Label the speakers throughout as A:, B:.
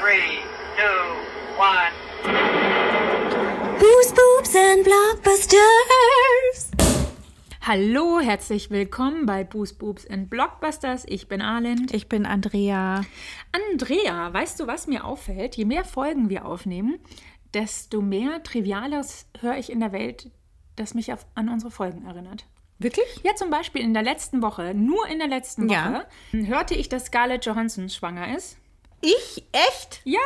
A: three, two, one.
B: Boobs, Boobs and Blockbusters.
C: Hallo, herzlich willkommen bei Boos Boobs and Blockbusters. Ich bin Arlind.
D: Ich bin Andrea.
C: Andrea, weißt du, was mir auffällt? Je mehr Folgen wir aufnehmen, desto mehr Triviales höre ich in der Welt, das mich auf, an unsere Folgen erinnert.
D: Wirklich?
C: Ja, zum Beispiel in der letzten Woche, nur in der letzten Woche,
D: Ja.
C: hörte ich, dass Scarlett Johansson schwanger ist.
D: Ich? Echt?
C: Ja,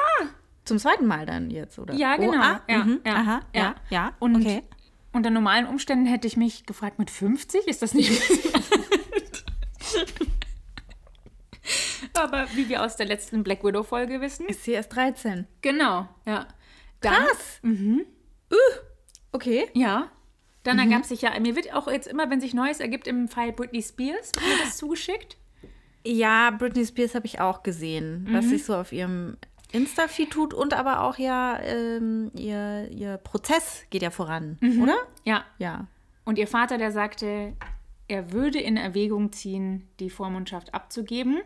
D: Zum zweiten Mal dann jetzt, oder?
C: ja, genau.
D: Oh, ah,
C: ja,
D: mhm,
C: ja,
D: aha, ja, ja.
C: Und
D: okay.
C: unter normalen Umständen hätte ich mich gefragt, mit 50 ist das nicht ein bisschen alt? Aber wie wir aus der letzten Black Widow-Folge wissen.
D: Ist sie erst 13?
C: Genau, ja. Dann,
D: Krass. Mhm. Uh, okay.
C: Ja. Dann
D: Mhm.
C: ergab sich ja, mir wird auch jetzt immer, wenn sich Neues ergibt, im Fall Britney Spears, wird mir das zugeschickt.
D: Ja, Britney Spears habe ich auch gesehen, was sich so auf ihrem Insta-Feed tut und aber auch ja, ähm, ihr, ihr Prozess geht ja voran, oder?
C: Ja.
D: Ja.
C: Und ihr Vater, der sagte, er würde in Erwägung ziehen, die Vormundschaft abzugeben,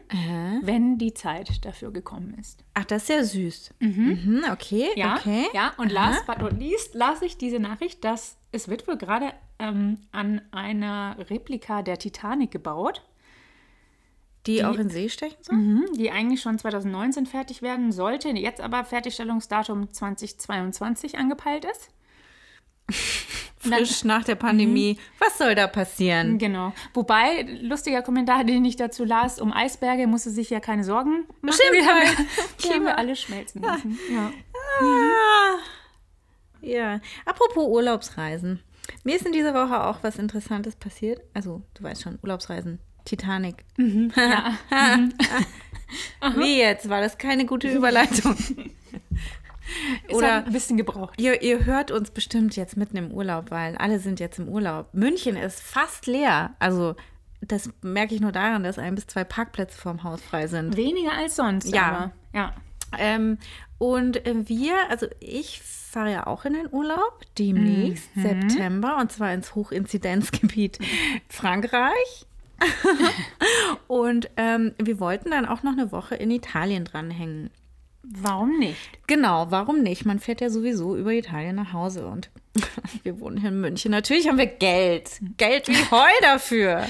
C: wenn die Zeit dafür gekommen ist.
D: Ach, das ist ja süß. Mhm. okay,
C: Ja,
D: okay.
C: ja. Und last but not least las ich diese Nachricht, dass es wird wohl gerade ähm, an einer Replika der Titanic gebaut,
D: Die, auch in See stechen soll?
C: mhm, die eigentlich schon 2019 fertig werden sollte, jetzt aber Fertigstellungsdatum 2022 angepeilt ist.
D: Frisch nach der Pandemie. Was soll da passieren?
C: Genau. Wobei, lustiger Kommentar, den ich dazu las, um Eisberge muss sie sich ja keine Sorgen machen.
D: Stimmt.
C: Die haben wir, die haben wir alle schmelzen lassen. Ja.
D: Ja, apropos Urlaubsreisen. Mir ist in dieser Woche auch was Interessantes passiert. Also, du weißt schon, Urlaubsreisen, Titanic. Mhm. Wie jetzt? War das keine gute Überleitung?
C: Ist
D: Oder-
C: halt ein bisschen gebraucht.
D: ihr, ihr hört uns bestimmt jetzt mitten im Urlaub, weil alle sind jetzt im Urlaub. München ist fast leer. Also, das merke ich nur daran, dass ein bis zwei Parkplätze vorm Haus frei sind.
C: Weniger als sonst.
D: Ja.
C: Aber, ja.
D: Ähm, und äh, wir, also ich fahre ja auch in den Urlaub demnächst, September, und zwar ins Hochinzidenzgebiet Frankreich. und ähm, wir wollten dann auch noch eine Woche in Italien dranhängen.
C: Warum nicht?
D: Genau, warum nicht? Man fährt ja sowieso über Italien nach Hause und wir wohnen hier in München. Natürlich haben wir Geld. Geld wie Heu dafür.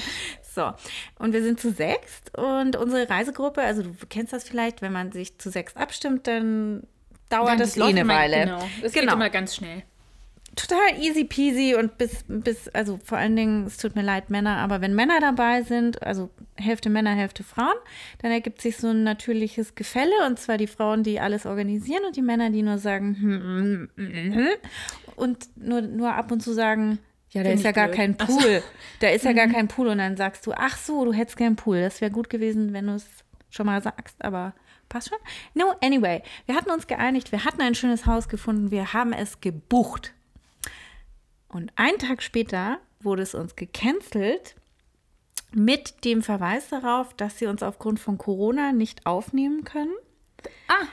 D: So, und wir sind zu sechst und unsere Reisegruppe, also du kennst das vielleicht, wenn man sich zu sechst abstimmt, dann dauert das eh
C: läuft
D: eine
C: immer-
D: Weile.
C: Genau. Das geht immer ganz schnell.
D: Total easy peasy und bis, bis, also vor allen Dingen, es tut mir leid, Männer, aber wenn Männer dabei sind, also Hälfte Männer, Hälfte Frauen, dann ergibt sich so ein natürliches Gefälle und zwar die Frauen, die alles organisieren und die Männer, die nur sagen, hm, hm, hm, hm, und nur, nur ab und zu sagen, ja, da
C: Bin
D: ist
C: ich
D: ja gar
C: blöd.
D: kein Pool. Da ist ja gar kein Pool. Und dann sagst du, ach so, du hättest gern Pool. Das wäre gut gewesen, wenn du es schon mal sagst, aber passt schon. No, anyway, wir hatten uns geeinigt, wir hatten ein schönes Haus gefunden, wir haben es gebucht. Und einen Tag später wurde es uns gecancelt mit dem Verweis darauf, dass sie uns aufgrund von Corona nicht aufnehmen können.
C: Ah.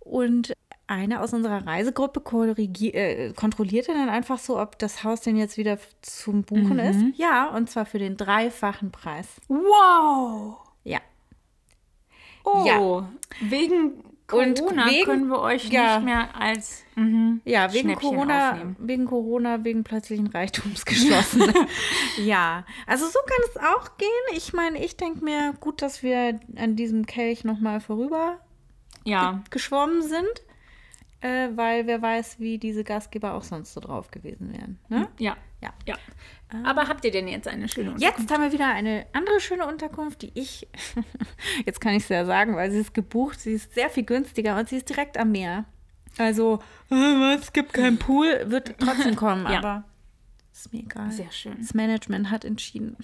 D: Und eine aus unserer Reisegruppe korrigi- äh, kontrollierte dann einfach so, ob das Haus denn jetzt wieder f- zum Buchen ist. Ja, und zwar für den dreifachen Preis.
C: Wow.
D: Ja.
C: Oh.
D: Ja.
C: Wegen
D: Und
C: Corona
D: wegen-
C: können wir euch
D: ja.
C: nicht mehr als. Mhm.
D: Ja, wegen
C: Schnäppchen
D: Corona,
C: aufnehmen.
D: wegen Corona, wegen plötzlichen Reichtums geschlossen. ja, also so kann es auch gehen. Ich meine, ich denke mir, gut, dass wir an diesem Kelch nochmal vorüber
C: Ja.
D: geschwommen sind, äh, weil wer weiß, wie diese Gastgeber auch sonst so drauf gewesen wären. Ne?
C: Ja.
D: Ja. Ähm.
C: ja. Aber habt ihr denn jetzt eine schöne Unterkunft?
D: Jetzt haben wir wieder eine andere schöne Unterkunft, die ich, jetzt kann ich es ja sagen, weil sie ist gebucht, sie ist sehr viel günstiger und sie ist direkt am Meer. Also, äh, was, es gibt keinen Pool, wird trotzdem kommen,
C: Ja.
D: aber ist mir egal.
C: Sehr schön.
D: Das Management hat entschieden.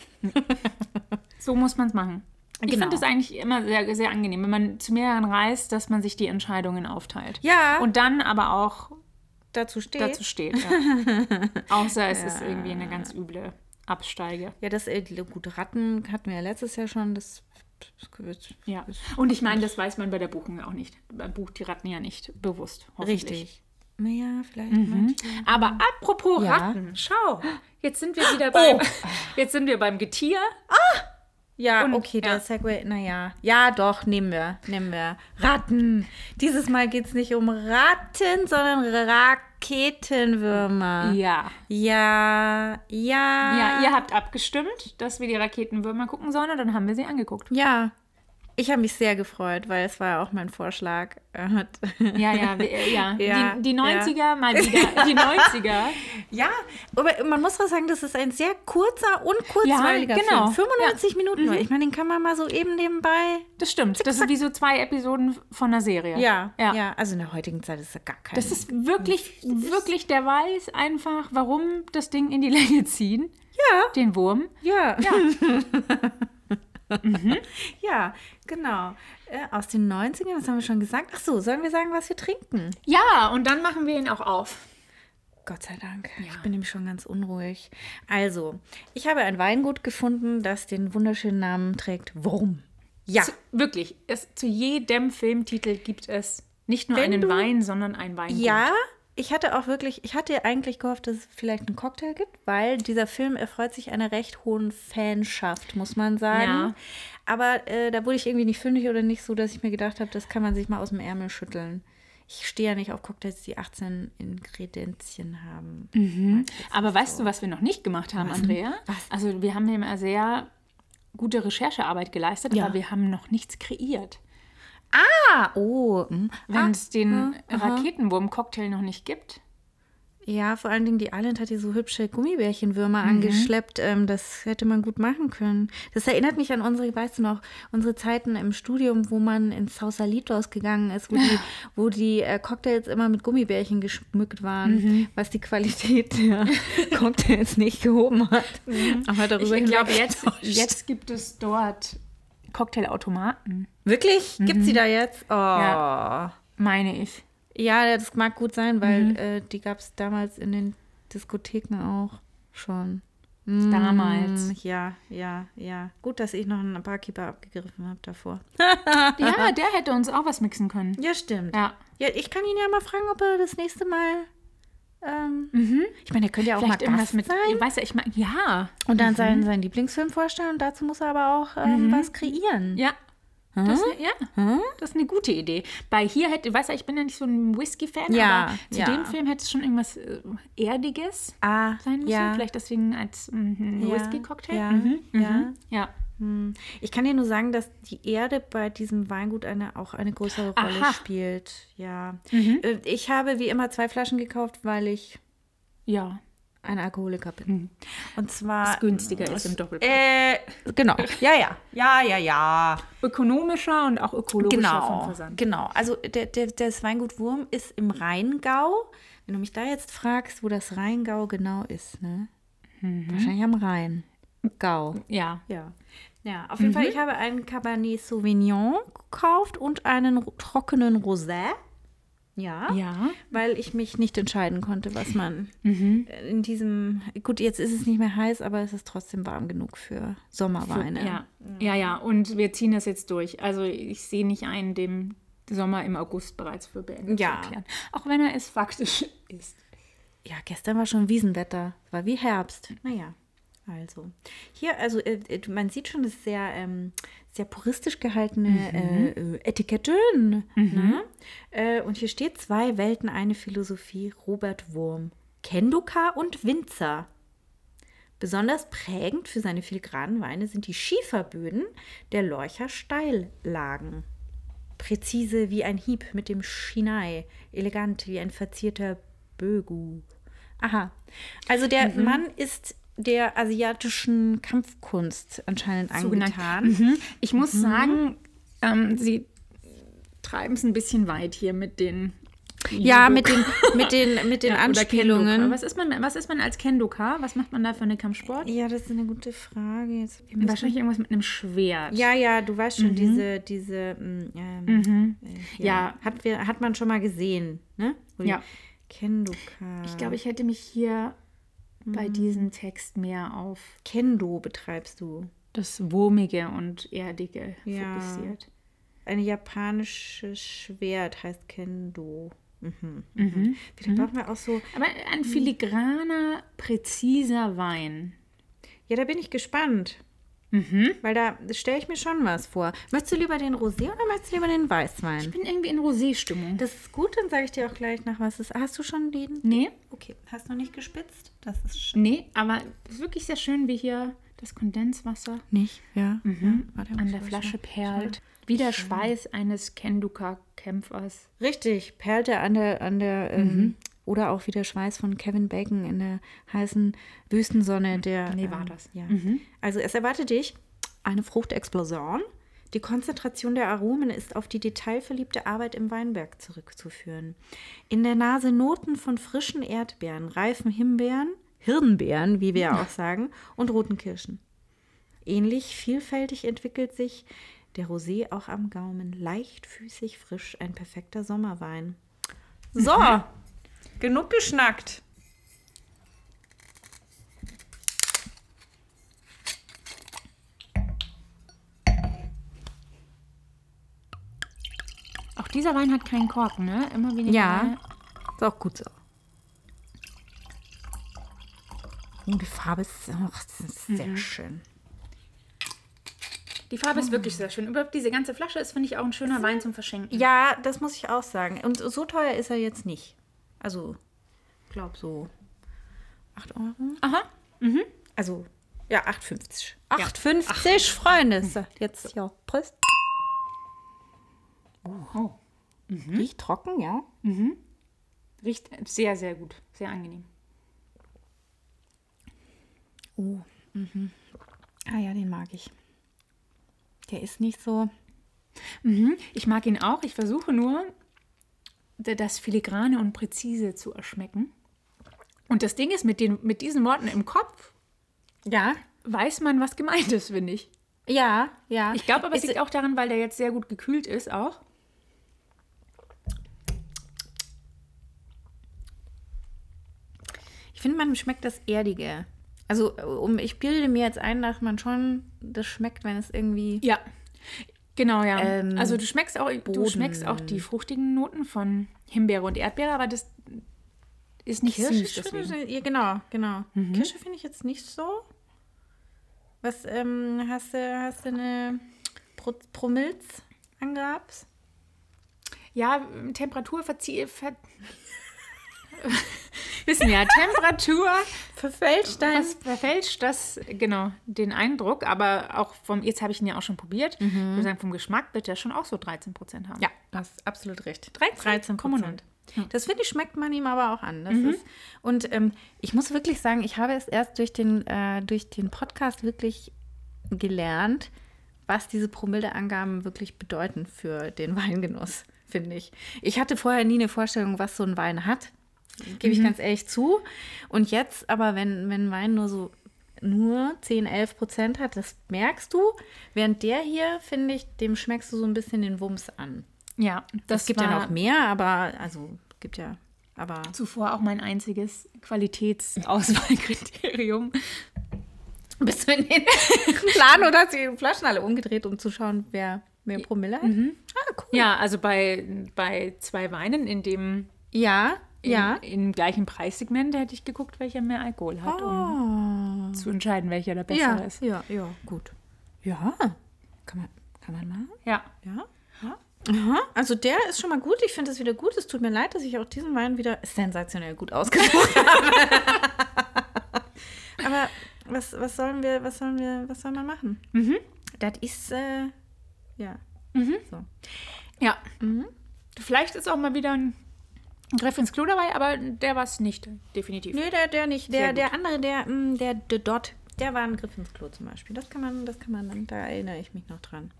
C: So muss man es machen. Ich
D: Genau.
C: finde es eigentlich immer sehr, sehr angenehm, wenn man zu mehreren reist, dass man sich die Entscheidungen aufteilt.
D: Ja.
C: Und dann aber auch
D: Dazu steht.
C: dazu steht. Ja. Außer es ist irgendwie eine ganz üble Absteige.
D: Ja, das äh, gut, Ratten hatten wir ja letztes Jahr schon, das, das
C: Ja. Und ich meine, das weiß man bei der Buchung auch nicht. Man bucht die Ratten ja nicht bewusst. hoffentlich.
D: Richtig. Naja, vielleicht.
C: Aber apropos
D: Ja.
C: Oh. Ratten, schau, jetzt sind wir wieder beim, jetzt sind wir beim Getier.
D: Ja,
C: Und-
D: okay, der
C: ja.
D: Segway, naja. Ja, doch, nehmen wir, nehmen wir. Ratten. Dieses Mal geht es nicht um Ratten, sondern Raketenwürmer.
C: Ja.
D: Ja, ja.
C: Ja, ihr habt abgestimmt, dass wir die Raketenwürmer gucken sollen und dann haben wir sie angeguckt.
D: Ja. Ich habe mich sehr gefreut, weil es war ja auch mein Vorschlag. Und-
C: Ja, ja, wir- äh, ja.
D: Ja,
C: die, die
D: ja.
C: 90er mal wieder. Die 90er.
D: ja, aber man muss auch sagen, das ist ein sehr kurzer und kurzweiliger
C: Ja, Mhm. genau.
D: Film. 95 Minuten nur. Ich meine, den kann man mal so eben nebenbei.
C: Das stimmt. Das sind wie so zwei Episoden von einer Serie.
D: ja. ja. Also in der heutigen Zeit ist das gar kein.
C: Das ist wirklich, wirklich, der weiß einfach, warum das Ding in die Länge ziehen.
D: ja.
C: Den Wurm.
D: Ja. Mhm. Ja, ja genau. Äh, aus den 90ern, das haben wir schon gesagt. Ach so, sollen wir sagen, was wir trinken?
C: Ja, und dann machen wir ihn auch auf.
D: Gott sei Dank. Ich bin nämlich schon ganz unruhig. Also, ich habe ein Weingut gefunden, das den wunderschönen Namen trägt Wurm. Ja.
C: Zu, wirklich. Es, zu jedem Filmtitel gibt es nicht nur
D: Wenn
C: einen
D: du-
C: Wein, sondern ein Wein.
D: Ja, ich hatte auch wirklich, ich hatte eigentlich gehofft, dass es vielleicht einen Cocktail gibt, weil dieser Film erfreut sich einer recht hohen Fanschaft, muss man sagen.
C: Ja.
D: Aber äh, da wurde ich irgendwie nicht fündig oder nicht so, dass ich mir gedacht habe, das kann man sich mal aus dem Ärmel schütteln. Ich stehe ja nicht auf Cocktails, die 18 Ingredienzien haben.
C: Aber weißt du, was wir noch nicht gemacht haben, Andrea?
D: Was?
C: Also wir haben immer sehr gute Recherchearbeit geleistet, aber wir haben noch nichts kreiert.
D: Ah, oh. hm.
C: Wenn es den Raketenwurm-Cocktail noch nicht gibt.
D: Ja, vor allen Dingen die Island hat hier so hübsche Gummibärchenwürmer angeschleppt. Ähm, das hätte man gut machen können. Das erinnert mich an unsere, weißt du noch, unsere Zeiten im Studium, wo man ins Sausalitos gegangen ist, wo die, wo die äh, Cocktails immer mit Gummibärchen geschmückt waren, was die Qualität der Cocktails nicht gehoben hat. Aber darüber
C: Ich glaube,
D: hinweg-
C: jetzt, jetzt gibt es dort Cocktailautomaten,
D: Wirklich? Gibt's die da jetzt? Oh.
C: Ja.
D: Ja.
C: meine ich.
D: das mag gut sein, weil äh, die gab es damals in den Diskotheken auch schon. Hm.
C: Damals.
D: Mm, Ja, ja, ja. Gut, dass ich noch einen Barkeeper abgegriffen habe davor.
C: Ja, der hätte uns auch was mixen können.
D: Ja, stimmt.
C: Ja.
D: Ja, ich kann ihn ja mal fragen, ob er das nächste Mal. Ähm,
C: Mhm.
D: Ich meine, er könnte ja auch
C: Vielleicht
D: mal
C: irgendwas
D: Gast
C: mit.
D: sein
C: Weißt du, ich meine, ja.
D: und dann seinen, seinen Lieblingsfilm vorstellen. Und dazu muss er aber auch ähm, was kreieren.
C: Mhm. Ja. Das ist, ne- ja, das ist eine gute Idee. Bei hier hätte, weißt du, ich bin ja nicht so ein Whisky-Fan,
D: Ja,
C: aber zu
D: ja.
C: dem Film hätte es schon irgendwas äh, Erdiges
D: Ah,
C: sein müssen.
D: ja.
C: Vielleicht deswegen als mhm,
D: Ja,
C: Whisky-Cocktail.
D: ja,
C: Mhm,
D: ja. Hm.
C: mhm. ja.
D: Ich kann dir nur sagen, dass die Erde bei diesem Weingut eine, auch eine größere Rolle
C: Aha. Mhm.
D: spielt. Ja. Äh, Ich habe wie immer zwei Flaschen gekauft, weil ich
C: ja.
D: ein Alkoholiker bin. Und zwar.
C: Was günstiger Mhm. Ah, ist im Doppelpack.
D: Äh, genau. Ja, ja. Ja, ja, ja.
C: Ökonomischer und auch ökologischer vom
D: Genau.
C: Versand.
D: Genau. Also der, der, das Weingut Wurm ist im Rheingau. Wenn du mich da jetzt fragst, wo das Rheingau genau ist, ne? Wahrscheinlich am Rhein. Gau. Mhm.
C: Ja.
D: Ja. Ja, auf jeden Fall, ich habe einen Cabernet Sauvignon gekauft und einen ro- trockenen Rosé. Ja,
C: Ja.
D: weil ich mich nicht entscheiden konnte, was man äh, in diesem. Gut, jetzt ist es nicht mehr heiß, aber es ist trotzdem warm genug für Sommerweine.
C: Ja. Mhm. ja, ja, und wir ziehen das jetzt durch. Also ich sehe nicht einen, dem Sommer im August bereits für beendet
D: Ja.
C: zu erklären. Auch wenn er es faktisch ist.
D: Ja, gestern war schon Wiesenwetter. Es war wie Herbst. Naja, also. Hier, also äh, äh, man sieht schon das sehr, ähm, sehr puristisch gehaltene äh, äh, Etikette. Ne? Äh, und hier steht zwei Welten, eine Philosophie, Robert Wurm. Kenduka und Winzer. Besonders prägend für seine filigranen Weine sind die Schieferböden der Lorcher Steillagen. Präzise wie ein Hieb mit dem Schinai, elegant wie ein verzierter Bögu. Aha. Also der
C: Mhm.
D: Mann ist der asiatischen Kampfkunst anscheinend
C: Zugeneigt.
D: angetan.
C: Mhm. Ich muss sagen, ähm, sie treiben es ein bisschen weit hier mit den.
D: Ja,
C: Judoka-
D: mit den, mit den, mit den
C: Ja, oder Kendoka.
D: Anspielungen.
C: Was ist, man, was ist man als Kendoka? Was macht man da für eine Kampfsport?
D: Ja, das ist eine gute Frage. Jetzt, wir müssen-
C: Wahrscheinlich irgendwas mit einem Schwert.
D: Ja, ja, du weißt schon, diese, diese, mm, ähm, äh,
C: Mhm. Ja.
D: Hat, wir, hat man schon mal gesehen, ne? Wo die
C: Ja.
D: Kendoka.
C: Ich glaube, ich hätte mich hier bei diesem Text mehr auf
D: Kendo betreibst du.
C: das Wurmige und Erdige
D: Ja.
C: fokussiert.
D: Ein japanisches Schwert heißt Kendo. Mhm. Mhm. Vielleicht brauchen wir auch so.
C: Aber ein filigraner, präziser Wein.
D: Ja, da bin ich gespannt.
C: Mhm.
D: Weil da stelle ich mir schon was vor. Möchtest du lieber den Rosé oder möchtest du lieber den Weißwein?
C: Ich bin irgendwie in Rosé-Stimmung.
D: Das ist gut, dann sage ich dir auch gleich nach, was es ist. Hast du schon den?
C: Nee,
D: Okay, hast noch nicht gespitzt? Das ist schön.
C: nee, aber es ist wirklich sehr schön, wie hier das Kondenswasser
D: Nicht, ja. ja. Warte,
C: an
D: muss
C: der
D: ich
C: Flasche perlt. Wie der Schweiß eines Kenduka-Kämpfers.
D: Richtig, perlte an der, an der ähm, oder auch wie der Schweiß von Kevin Bacon in der heißen Wüstensonne der
C: Nee, war
D: ähm,
C: das.
D: Ja. Also es erwartet dich eine Fruchtexplosion. Die Konzentration der Aromen ist auf die detailverliebte Arbeit im Weinberg zurückzuführen. In der Nase Noten von frischen Erdbeeren, reifen Himbeeren, Hirnbeeren, wie wir auch sagen, und roten Kirschen. Ähnlich vielfältig entwickelt sich der Rosé auch am Gaumen. Leichtfüßig frisch, ein perfekter Sommerwein. So, genug geschnackt.
C: Auch dieser Wein hat keinen Korken, ne? Immer weniger.
D: Ja, ist auch gut so. Oh, die Farbe ist, ach, das ist sehr schön.
C: Die Farbe ist wirklich sehr schön. Überhaupt diese ganze Flasche ist, finde ich, auch ein schöner Wein zum Verschenken.
D: Ja, das muss ich auch sagen. Und so teuer ist er jetzt nicht. Also, ich glaube so 8 Euro.
C: Aha.
D: Also, ja, 8,50. 8,50, Freunde. So, Jetzt, ja, Prost.
C: Oh.
D: Mhm. Riecht trocken, ja.
C: Riecht sehr, sehr gut. Sehr angenehm.
D: Oh, Ah ja, den mag ich. Der ist nicht so...
C: Ich mag ihn auch. Ich versuche nur, d- das Filigrane und Präzise zu erschmecken. Und das Ding ist, mit, den, mit diesen Worten im Kopf
D: Ja,
C: weiß man, was gemeint ist, finde ich.
D: ja, ja.
C: Ich glaube aber, es
D: Ist-
C: liegt auch daran, weil der jetzt sehr gut gekühlt ist auch.
D: Ich finde, man schmeckt das Erdige. Also, um, ich bilde mir jetzt ein, dass man schon das schmeckt, wenn es irgendwie.
C: Ja. Genau, ja.
D: Ähm,
C: also du schmeckst auch, du
D: Boden.
C: schmeckst auch die fruchtigen Noten von Himbeere und Erdbeere, aber das ist nicht süß.
D: finde
C: Deswegen.
D: ich- ja, genau, genau. Kirsche finde ich jetzt nicht so. Was, ähm, hast du, hast du eine Pro Promilz angab's?
C: Ja, ähm, Temperatur verzieht. Ver Wissen ja, Temperatur
D: Verfälscht dein.
C: das verfälscht das genau den Eindruck, aber auch vom jetzt habe ich ihn ja auch schon probiert. Ich würde sagen, vom Geschmack wird er schon auch so 13 Prozent haben.
D: Mhm. Ja, hast absolut recht. 13
C: Kommunen.
D: Prozent. Das finde ich, schmeckt man ihm aber auch an. Das ist, und ähm, ich muss wirklich sagen, ich habe es erst durch den, äh, durch den Podcast wirklich gelernt, was diese Promilleangaben wirklich bedeuten für den Weingenuss, finde ich. Ich hatte vorher nie eine Vorstellung, was so ein Wein hat. Gebe ich ganz ehrlich zu. Und jetzt aber, wenn, wenn Wein nur so nur 10, 11 Prozent hat, das merkst du. Während der hier, finde ich, dem schmeckst du so ein bisschen den Wumms an.
C: ja das
D: Es gibt
C: war
D: ja noch mehr, aber also gibt ja, aber
C: Zuvor auch mein einziges Qualitätsauswahlkriterium.
D: bist du in den Plan oder hast du die Flaschen alle umgedreht, um zu schauen, wer mehr Promille hat? Ah, cool.
C: Ja, also bei, bei zwei Weinen in dem
D: Ja,
C: in,
D: ja.
C: im gleichen Preissegment hätte ich geguckt, welcher mehr Alkohol hat, um zu entscheiden, welcher der bessere
D: Oh. Ja,
C: ist.
D: ja, ja, gut. Ja, kann man, kann man machen.
C: Ja.
D: Ja. Aha, also der ist schon mal gut. Ich finde es wieder gut. Es tut mir leid, dass ich auch diesen Wein wieder sensationell gut ausgesucht habe. Aber was, was sollen wir, was sollen wir, was soll man machen?
C: Mhm.
D: Das ist, äh, ja. So.
C: Ja.
D: Mhm.
C: Vielleicht ist auch mal wieder ein Griff ins Klo dabei, aber der war es nicht, definitiv.
D: Nö, der, der nicht. Der,
C: Sehr gut.
D: der andere, der, mh, der, der Dot, der war ein Griff ins Klo zum Beispiel. Das kann man, das kann man, da erinnere ich mich noch dran.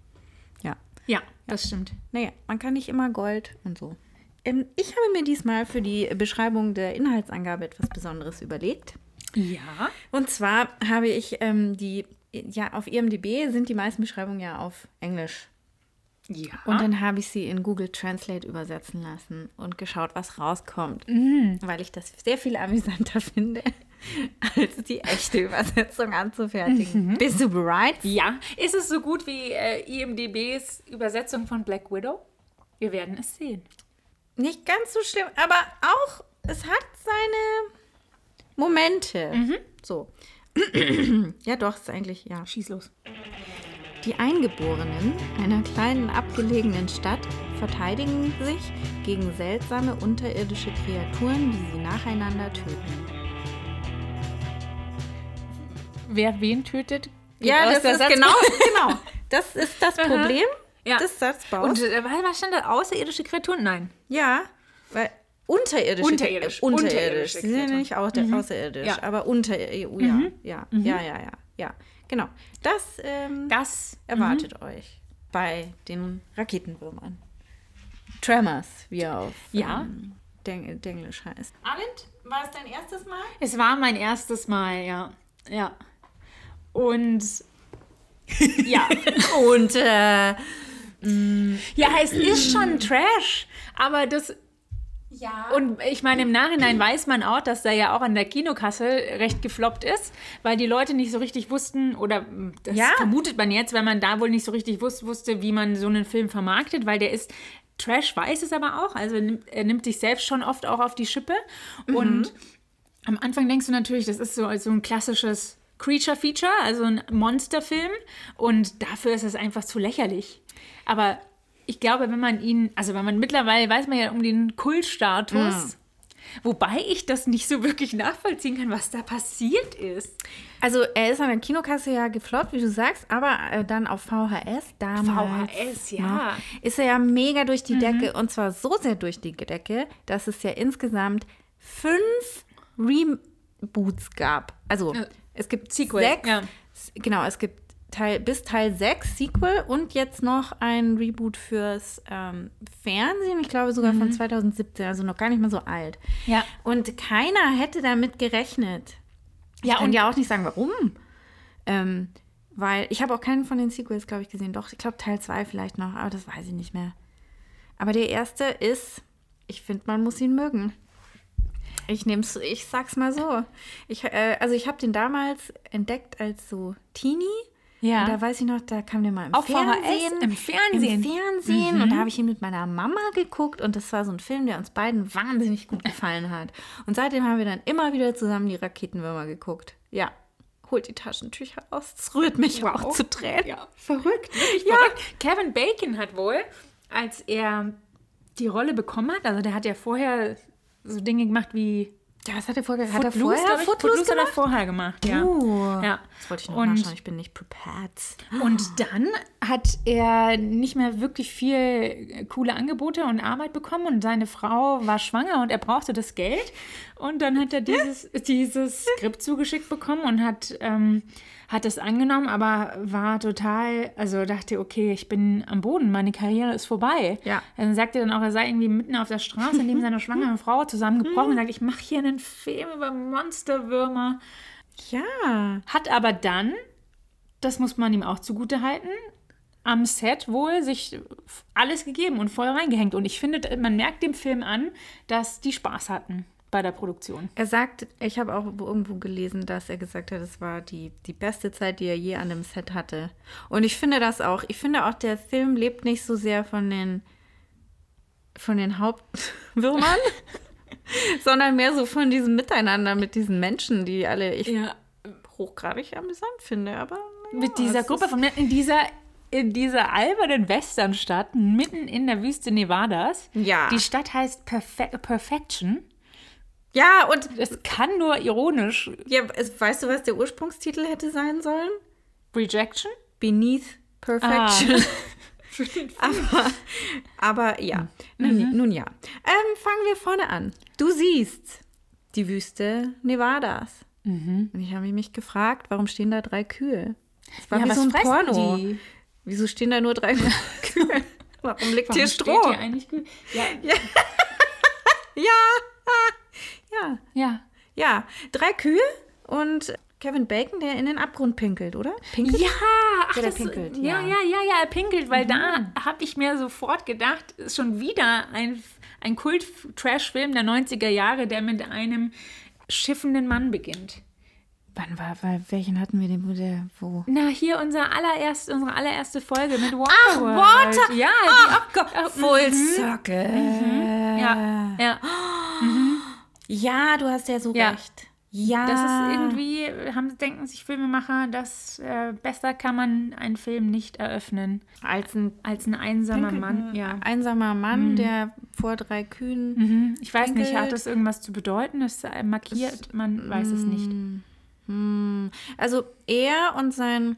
D: Ja.
C: Ja, das stimmt.
D: Naja, man kann nicht immer Gold und so. Ähm, ich habe mir diesmal für die Beschreibung der Inhaltsangabe etwas Besonderes überlegt.
C: Ja.
D: Und zwar habe ich ähm, die, ja, auf IMDb sind die meisten Beschreibungen ja auf Englisch.
C: Ja.
D: Und dann habe ich sie in Google Translate übersetzen lassen und geschaut, was rauskommt. Weil ich das sehr viel amüsanter finde, als die echte Übersetzung anzufertigen. Bist du bereit?
C: ja. Ist es so gut wie äh, IMDBs Übersetzung von Black Widow? Wir werden es sehen.
D: Nicht ganz so schlimm,
C: Mhm.
D: aber auch, es hat seine Momente. So. ja, doch, ist eigentlich, ja.
C: Schieß los.
D: Die Eingeborenen einer kleinen abgelegenen Stadt verteidigen sich gegen seltsame unterirdische Kreaturen, die sie nacheinander töten.
C: Wer wen tötet? geht
D: Ja,
C: aus
D: das
C: der
D: ist
C: Satzung.
D: genau, genau. Das ist das Problem
C: Ja.
D: des Satzbaus.
C: Und äh, was was stand da? Außerirdische Kreaturen? Nein.
D: ja, weil unterirdisch. Äh, unterirdisch.
C: Unterirdisch,
D: Mhm.
C: unterirdisch.
D: Sie sind ja nicht au außerirdisch,
C: Ja.
D: aber unter äh, EU, ja. Ja. ja, ja, ja, ja. Genau. Das, ähm,
C: Das
D: erwartet euch bei den Raketenwürmern. Tremors, wie er auf
C: Ja.
D: ähm, Deng Denglisch heißt. Arlind, war es dein erstes Mal?
C: Es war mein erstes Mal, ja. Ja. Und ja.
D: Und äh,
C: ja, es ist schon Trash, aber das. Ja. Und ich meine, im Nachhinein weiß man auch, dass da ja auch an der Kinokasse recht gefloppt ist, weil die Leute nicht so richtig wussten, oder mm, das
D: Ja.
C: vermutet man jetzt, weil man da wohl nicht so richtig wus wusste, wie man so einen Film vermarktet, weil der ist. Trash weiß es aber auch, also er nimmt- er nimmt sich selbst schon oft auch auf die Schippe. Und Am Anfang denkst du natürlich, das ist so, so ein klassisches Creature-Feature, also ein Monsterfilm. Und dafür ist es einfach zu lächerlich. Aber ich glaube, wenn man ihn, also wenn man mittlerweile weiß man ja um den Kultstatus, wobei ich das nicht so wirklich nachvollziehen kann, was da passiert ist.
D: also er ist an der Kinokasse ja gefloppt, wie du sagst, aber äh, dann auf VHS damals.
C: VHS,
D: Ja.
C: ja. Mhm.
D: Ist er ja mega durch die Decke und zwar so sehr durch die Decke, dass es ja insgesamt fünf Reboots gab. Also es gibt
C: Sequels,
D: sechs.
C: ja.
D: s- Genau, es gibt Teil, bis Teil 6 Sequel und jetzt noch ein Reboot fürs ähm, Fernsehen, ich glaube sogar von 2017, also noch gar nicht mal so alt.
C: Mhm. Ja.
D: Und keiner hätte damit gerechnet.
C: Ja,
D: Ich kann ja auch nicht sagen, warum. Ähm, weil ich habe auch keinen von den Sequels, glaube ich, gesehen. Doch, ich glaube Teil 2 vielleicht noch, aber das weiß ich nicht mehr. Aber der erste ist, ich finde, man muss ihn mögen. Ich nehm's, ich sag's mal so. Ich, äh, also ich habe den damals entdeckt als so Teenie.
C: Ja.
D: Und da weiß ich noch, da kam der mal im
C: Auf VHS,
D: Fernsehen.
C: im Fernsehen.
D: Im
C: Mhm.
D: Fernsehen. Und da habe ich ihn mit meiner Mama geguckt. Und das war so ein Film, der uns beiden wahnsinnig gut gefallen hat. Und seitdem haben wir dann immer wieder zusammen die Raketenwürmer geguckt. Ja. Holt die Taschentücher aus. Das rührt mich auch zu Tränen.
C: Ja, verrückt, wirklich
D: Ja.
C: verrückt. Kevin Bacon hat wohl, als er die Rolle bekommen hat, also der hat ja vorher so Dinge gemacht wie
D: Ja, was hat er vorher? Hat er
C: Footloose,
D: vorher
C: glaub ich.
D: Footloose
C: hat er
D: gemacht?
C: vorher gemacht, ja.
D: Oh.
C: ja.
D: Das wollte ich noch
C: und,
D: nachschauen. Ich bin nicht prepared.
C: und dann hat er nicht mehr wirklich viel äh, coole Angebote und Arbeit bekommen und seine Frau war schwanger und er brauchte das Geld. Und dann hat er dieses, dieses Skript zugeschickt bekommen und hat, ähm, hat es angenommen, aber war total, also dachte, okay, ich bin am Boden, meine Karriere ist vorbei.
D: Ja.
C: Dann sagt er dann auch, er sei irgendwie mitten auf der Straße neben seiner schwangeren Frau zusammengebrochen und sagt, ich mache hier einen Film über Monsterwürmer.
D: Ja.
C: Hat aber dann, das muss man ihm auch zugutehalten, am Set wohl sich alles gegeben und voll reingehängt. Und ich finde, man merkt dem Film an, dass die Spaß hatten bei der Produktion.
D: Er sagt, ich habe auch irgendwo gelesen, dass er gesagt hat, es war die, die beste Zeit, die er je an dem Set hatte. Und ich finde das auch. Ich finde auch, der Film lebt nicht so sehr von den, von den Hauptwürmern, sondern mehr so von diesem Miteinander mit diesen Menschen, die alle ich
C: Ja.
D: hochgradig amüsant finde. Aber naja,
C: Mit dieser
D: es
C: Gruppe
D: ist-
C: von in dieser in dieser albernen Westernstadt mitten in der Wüste Nevadas.
D: Ja.
C: Die Stadt heißt Perfe Perfection.
D: Ja, und
C: Es kann nur ironisch
D: ja, es, weißt du, was der Ursprungstitel hätte sein sollen?
C: Rejection.
D: Beneath Perfection. Ah. aber, Mhm. aber ja, nun, nun ja. Ähm, fangen wir vorne an. Du siehst die Wüste Nevadas. Und ich habe mich gefragt, warum stehen da drei Kühe? Das war
C: Ja,
D: wie
C: was
D: so ein
C: fressen
D: Porno.
C: die?
D: Wieso stehen da nur drei Kühe? Warum liegt
C: Warum
D: hier
C: steht
D: Stroh?
C: hier eigentlich gut? Ja,
D: Ja,
C: ja.
D: ja, drei Kühe und Kevin Bacon, der in den Abgrund pinkelt, oder? Pinkelt?
C: Ja, ach,
D: Ja, der
C: das,
D: pinkelt,
C: ja,
D: ja. Mhm.
C: ja, ja, ja, er pinkelt, weil da habe ich mir sofort gedacht, ist schon wieder ein, ein Kult-Trash-Film der 90er Jahre, der mit einem schiffenden Mann beginnt.
D: Wann war, war, welchen hatten wir den, wo der, wo?
C: Na, hier unser allererst, unsere allererste Folge mit Water.
D: Ach, Water- Ah!
C: Ja,
D: Ach
C: die,
D: Gott,
C: mhm.
D: Full Circle.
C: ja, ja.
D: Äh, Ja, du hast ja so
C: Ja.
D: recht. Ja.
C: Das ist irgendwie, haben, denken sich Filmemacher, dass äh, besser kann man einen Film nicht eröffnen
D: als ein
C: als ein einsamer
D: hm.
C: Mann. Ja.
D: Ah,
C: Mhm.
D: einsamer Mann, der vor drei Kühen.
C: Ich weiß nicht, hat
D: Pinkelt.
C: das irgendwas zu bedeuten? Ist äh, markiert? Man weiß es nicht.
D: mm.
C: Mhm.
D: Also er und sein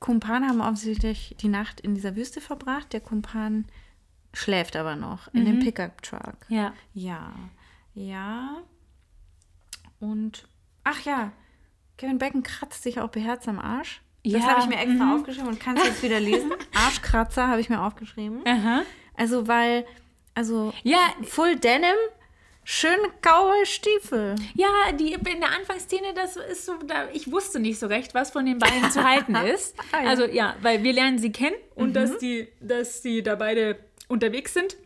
D: Kumpan haben offensichtlich die Nacht in dieser Wüste verbracht. Der Kumpan schläft aber noch in
C: Mhm.
D: dem Pickup-Truck.
C: Ja.
D: Ja, ja. Und, ach ja, Kevin Bacon kratzt sich auch beherzt am Arsch. Das
C: Ja, Mhm.
D: habe ich mir extra aufgeschrieben und kann es jetzt wieder lesen. Arschkratzer habe ich mir aufgeschrieben.
C: Aha.
D: Also, weil, also,
C: Ja,
D: Full Denim, schön kaue Stiefel.
C: Ja, die in der Anfangsszene, das ist so, da, ich wusste nicht so recht, was von den beiden zu halten ist.
D: Ah, ja. Mhm.
C: Also ja, weil wir lernen sie kennen und dass die, dass die da beide unterwegs sind.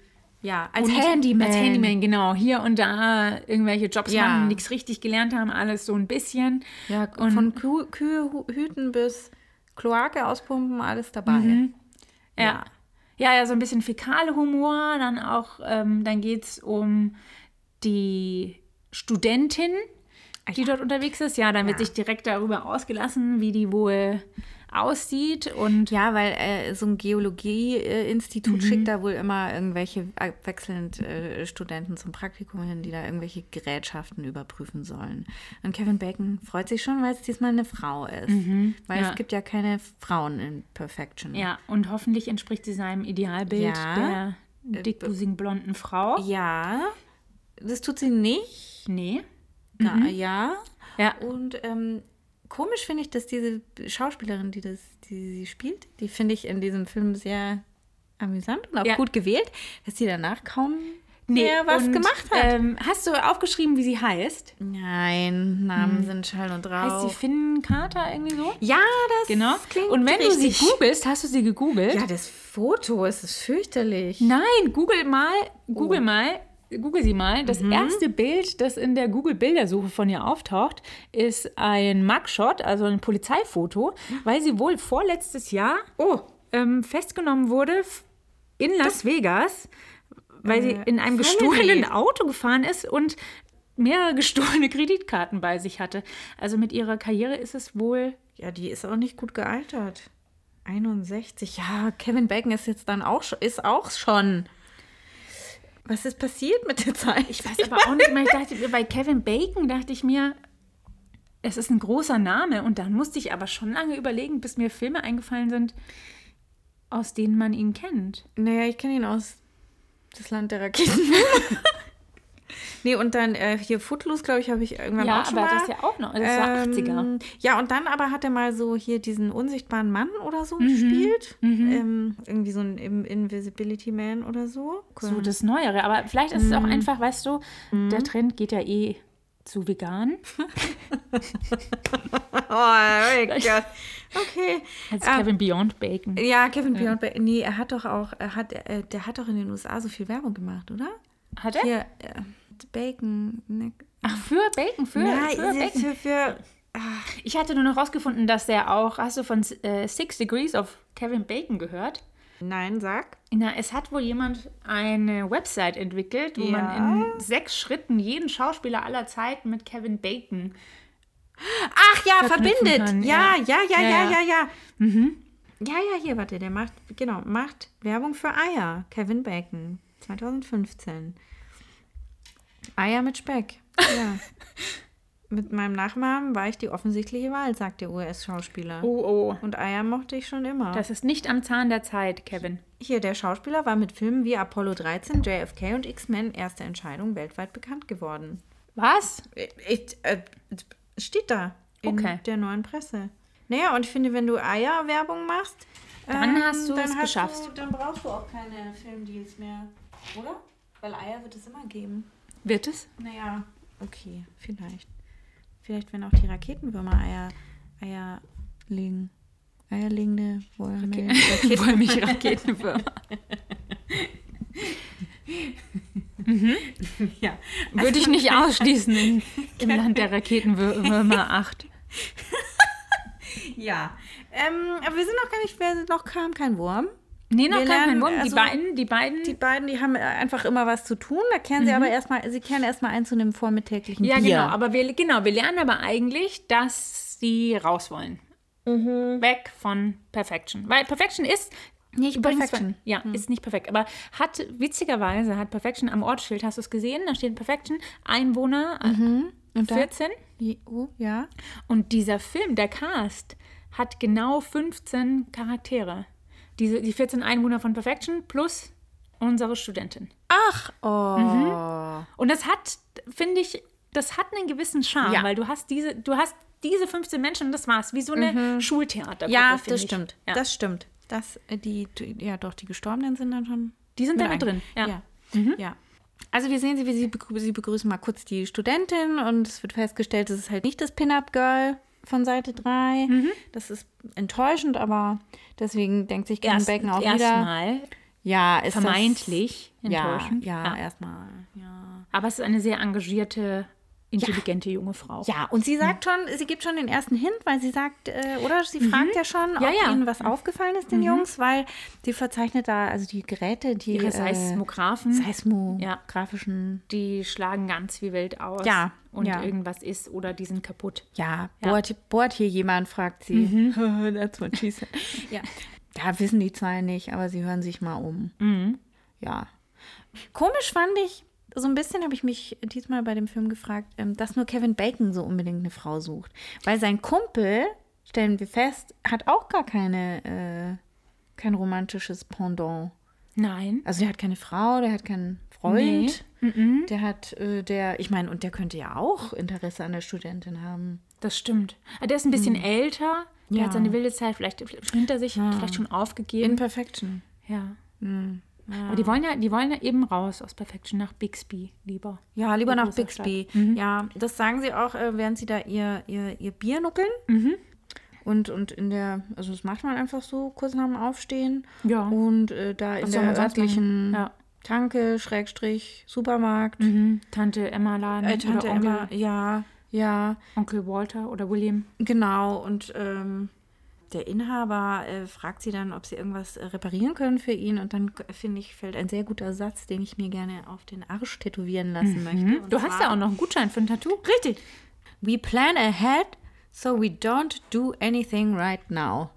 D: Ja, als
C: Und-
D: Handyman.
C: Als Handyman, genau. Hier und da irgendwelche Jobs
D: Ja.
C: machen, nichts richtig gelernt haben, alles so ein bisschen.
D: Ja,
C: und
D: von Kü Kühe hu- hüten bis Kloake auspumpen, alles dabei.
C: Mhm. ja. ja, ja, so ein bisschen Fäkalhumor. Dann auch, ähm, dann geht es um die Studentin,
D: Ah,
C: die dort unterwegs ist. Ja, dann wird sich direkt darüber ausgelassen, wie die wohl aussieht und
D: Ja, weil äh, so ein
C: Mhm.
D: Geologie-Institut schickt da wohl immer irgendwelche abwechselnd äh, Studenten zum Praktikum hin, die da irgendwelche Gerätschaften überprüfen sollen. Und Kevin Bacon freut sich schon, weil es diesmal eine Frau ist. Weil
C: Mhm. ja.
D: es gibt ja keine Frauen in Perfection.
C: Ja, und hoffentlich entspricht sie seinem Idealbild
D: Ja. Äh,
C: der dickbusigen blonden Frau.
D: ja, das tut sie nicht.
C: Nee.
D: Ga-
C: Mhm.
D: Ja.
C: Ja.
D: Und ähm, komisch finde ich, dass diese Schauspielerin, die das, die sie spielt, die finde ich in diesem Film sehr amüsant und auch
C: Ja.
D: gut gewählt, dass sie danach kaum mehr was
C: und,
D: gemacht hat.
C: Ähm, hast du aufgeschrieben, wie sie heißt?
D: Nein, Namen sind Schall und
C: Heißt sie
D: Rauch.
C: Finn Carter irgendwie so?
D: Oh. ja, das
C: Genau.
D: klingt
C: Und wenn du
D: richtig.
C: sie googelst, hast du sie gegoogelt?
D: Ja, das Foto, es ist fürchterlich.
C: Nein, google mal, google mal, google sie mal. Das erste Bild, das in der Google-Bildersuche von ihr auftaucht, ist ein Mugshot, also ein Polizeifoto, weil sie wohl vorletztes Jahr ähm, festgenommen wurde f- in Las Vegas, weil sie in einem gestohlenen Auto gefahren ist und mehrere gestohlene Kreditkarten bei sich hatte. Also mit ihrer Karriere ist es wohl
D: Ja, die ist auch nicht gut gealtert. 61. Ja, Kevin Bacon ist jetzt dann auch schon, ist auch schon. Was ist passiert mit der Zeit?
C: Ich weiß aber auch nicht mehr. Ich dachte, mir, bei Kevin Bacon dachte ich mir, es ist ein großer Name. Und dann musste ich aber schon lange überlegen, bis mir Filme eingefallen sind, aus denen man ihn kennt.
D: Naja, ich kenne ihn aus das Land der Raketen. nee, und dann äh, hier Footloose, glaube ich, habe ich irgendwann
C: Ja,
D: auch schon
C: aber
D: mal. Ähm,
C: das ist ja auch noch- das war 80er.
D: Ja, und dann aber hat er mal so hier diesen unsichtbaren Mann oder so
C: Mhm.
D: gespielt. Ähm, irgendwie so ein im- Invisibility Man oder so.
C: So das Neuere. Aber vielleicht ist es auch einfach, weißt du, der Trend geht ja eh zu vegan.
D: Oh, mein Gott. Okay.
C: Als
D: Ähm,
C: Kevin Beyond Bacon.
D: Ja, Kevin Beyond Bacon. Nee, er hat doch auch, er hat, äh, der hat doch in den USA so viel Werbung gemacht, oder?
C: Hat er?
D: Hier, äh, Bacon. Ne,
C: Ach, für Bacon, für,
D: ja,
C: für Bacon.
D: für, für,
C: Ich hatte nur noch rausgefunden, dass er auch, hast du von äh, Six Degrees of Kevin Bacon gehört?
D: Nein, sag.
C: Na, es hat wohl jemand eine Website entwickelt, wo
D: Ja.
C: man in sechs Schritten jeden Schauspieler aller Zeiten mit Kevin Bacon.
D: Ach ja,
C: Verknüpfen
D: verbindet.
C: kann,
D: ja, ja, ja,
C: Ja,
D: ja,
C: ja.
D: ja, ja. Mhm. Ja, ja, hier, warte, der macht, genau, macht Werbung für Eier. Kevin Bacon, 2015. Eier mit Speck. Ja. mit meinem Nachnamen war ich die offensichtliche Wahl, sagt der US-Schauspieler.
C: oh.
D: Und Eier mochte ich schon immer.
C: Das ist nicht am Zahn der Zeit, Kevin.
D: Hier, der Schauspieler war mit Filmen wie Apollo 13, JFK und X-Men erste Entscheidung weltweit bekannt geworden.
C: Was?
D: Ich, äh, steht da in
C: Okay.
D: der neuen Presse. Naja, und ich finde, wenn du Eierwerbung machst,
C: Dann hast du es geschafft.
D: Du, dann brauchst du auch keine Filmdeals mehr, oder? Weil Eier wird es immer geben.
C: Wird es?
D: Naja, okay, vielleicht. Vielleicht, wenn auch die Raketenwürmer Eier, Eier legen. Eierlegende Wollmilch.
C: Wollmilchraketenwürmer.
D: Ja.
C: Mhm. Würde ich nicht ausschließen in, im Land der Raketenwürmer 8.
D: Ja. Ähm, aber wir sind noch gar nicht, wer noch kam, kein Wurm.
C: Nee, noch
D: Wir
C: gar kein
D: lernen,
C: Wurm. Die
D: also-
C: beiden, die beiden.
D: Die beiden, die haben äh, einfach immer was zu tun. Da kehren sie aber erstmal, sie kehren erstmal ein zu einem vormittäglichen
C: Mhm. ja,
D: Bier.
C: genau. Aber wir, genau, wir lernen aber eigentlich, dass sie raus wollen.
D: Mhm.
C: Weg von Perfection. Weil Perfection ist
D: Nicht
C: übrigens-
D: Perfection. Mhm.
C: Ja, ist nicht perfekt. Aber hat, witzigerweise, hat Perfection am Ortsschild, hast du es gesehen? Da steht Perfection, Einwohner äh,
D: Mhm,
C: 14.
D: Die- Oh, ja.
C: Und dieser Film, der Cast, hat genau 15 Charaktere. Diese, die 14 Einwohner von Perfection plus unsere Studentin. Mhm.
D: Ach, oh.
C: Und das hat, finde ich, das hat einen gewissen Charme,
D: Ja.
C: weil du hast diese, du hast diese 15 Menschen und das war's, wie so eine Schultheatergruppe.
D: Mhm. Ja,
C: finde
D: das
C: ich.
D: stimmt.
C: Ja.
D: Das stimmt. Das, äh, die, die- ja doch, die Gestorbenen sind dann schon.
C: Die sind
D: mit
C: da mit
D: ein-
C: drin, ja.
D: Ja. ja. Also wir sehen sie, wie sie, begrü sie begrüßen mal kurz die Studentin und es wird festgestellt, das ist halt nicht das Pin-Up-Girl von Seite 3.
C: Mhm.
D: Das ist enttäuschend, aber deswegen denkt sich Ken
C: Erst-
D: Becken auch wieder.
C: Erstmal
D: Ja, ist
C: vermeintlich
D: das, ja,
C: enttäuschend.
D: ja,
C: Ja.
D: erstmal. Ja.
C: Aber es ist eine sehr engagierte, intelligente junge Frau.
D: Ja, und sie sagt
C: Hm.
D: schon, sie gibt schon den ersten Hint, weil sie sagt, äh, oder sie fragt ja schon, ob
C: Mhm. Ja, ja. Mhm.
D: ihnen was aufgefallen ist, den Jungs, weil sie verzeichnet da, also die Geräte, die
C: Ihre
D: äh,
C: Seismographen,
D: seismografischen,
C: die schlagen ganz wie wild aus.
D: Ja,
C: Und
D: ja.
C: irgendwas ist oder die sind kaputt.
D: ja, Bohrt, bohrt hier jemand, fragt sie. That's what she said. ja. Da wissen die zwei nicht, aber sie hören sich mal um. Ja. Komisch fand ich, so ein bisschen habe ich mich diesmal bei dem Film gefragt, ähm, dass nur Kevin Bacon so unbedingt eine Frau sucht. Weil sein Kumpel, stellen wir fest, hat auch gar keine, äh, kein romantisches Pendant.
C: Nein.
D: Also der hat keine Frau, der hat keinen Freund. Der hat, äh, der, ich meine, und der könnte ja auch Interesse an der Studentin haben.
C: Das stimmt. Ah, Der ist ein bisschen älter. Der
D: Ja.
C: hat seine wilde Zeit vielleicht hinter sich, vielleicht schon aufgegeben.
D: Imperfection.
C: ja. Aber die wollen Hm. ja, die wollen ja eben raus aus Perfection nach Bixby lieber.
D: Ja, lieber
C: Die
D: nach
C: große
D: Bixby.
C: Mhm.
D: Ja, das sagen sie auch, äh, während sie da ihr, ihr, ihr Bier nuckeln.
C: Mhm.
D: Und, und in der, also das macht man einfach so, kurz nach dem Aufstehen.
C: Ja.
D: Und äh, da in
C: soll man
D: der
C: sonst
D: örtlichen
C: machen? Ja.
D: Tanke, Schrägstrich, Supermarkt,
C: Stadt. Hm, Tante Emma Laden
D: äh, Tante
C: oder Onkel,
D: Emma, ja, ja,
C: Onkel Walter oder William.
D: genau. Und ähm, der Inhaber äh, fragt sie dann, ob sie irgendwas äh, reparieren können für ihn. Und dann, äh, finde ich, fällt ein sehr guter Satz, den ich mir gerne auf den Arsch tätowieren lassen möchte. Und
C: Mhm. Du hast
D: zwar-
C: ja auch noch einen Gutschein für ein Tattoo.
D: Richtig. We plan ahead, so we don't do anything right now.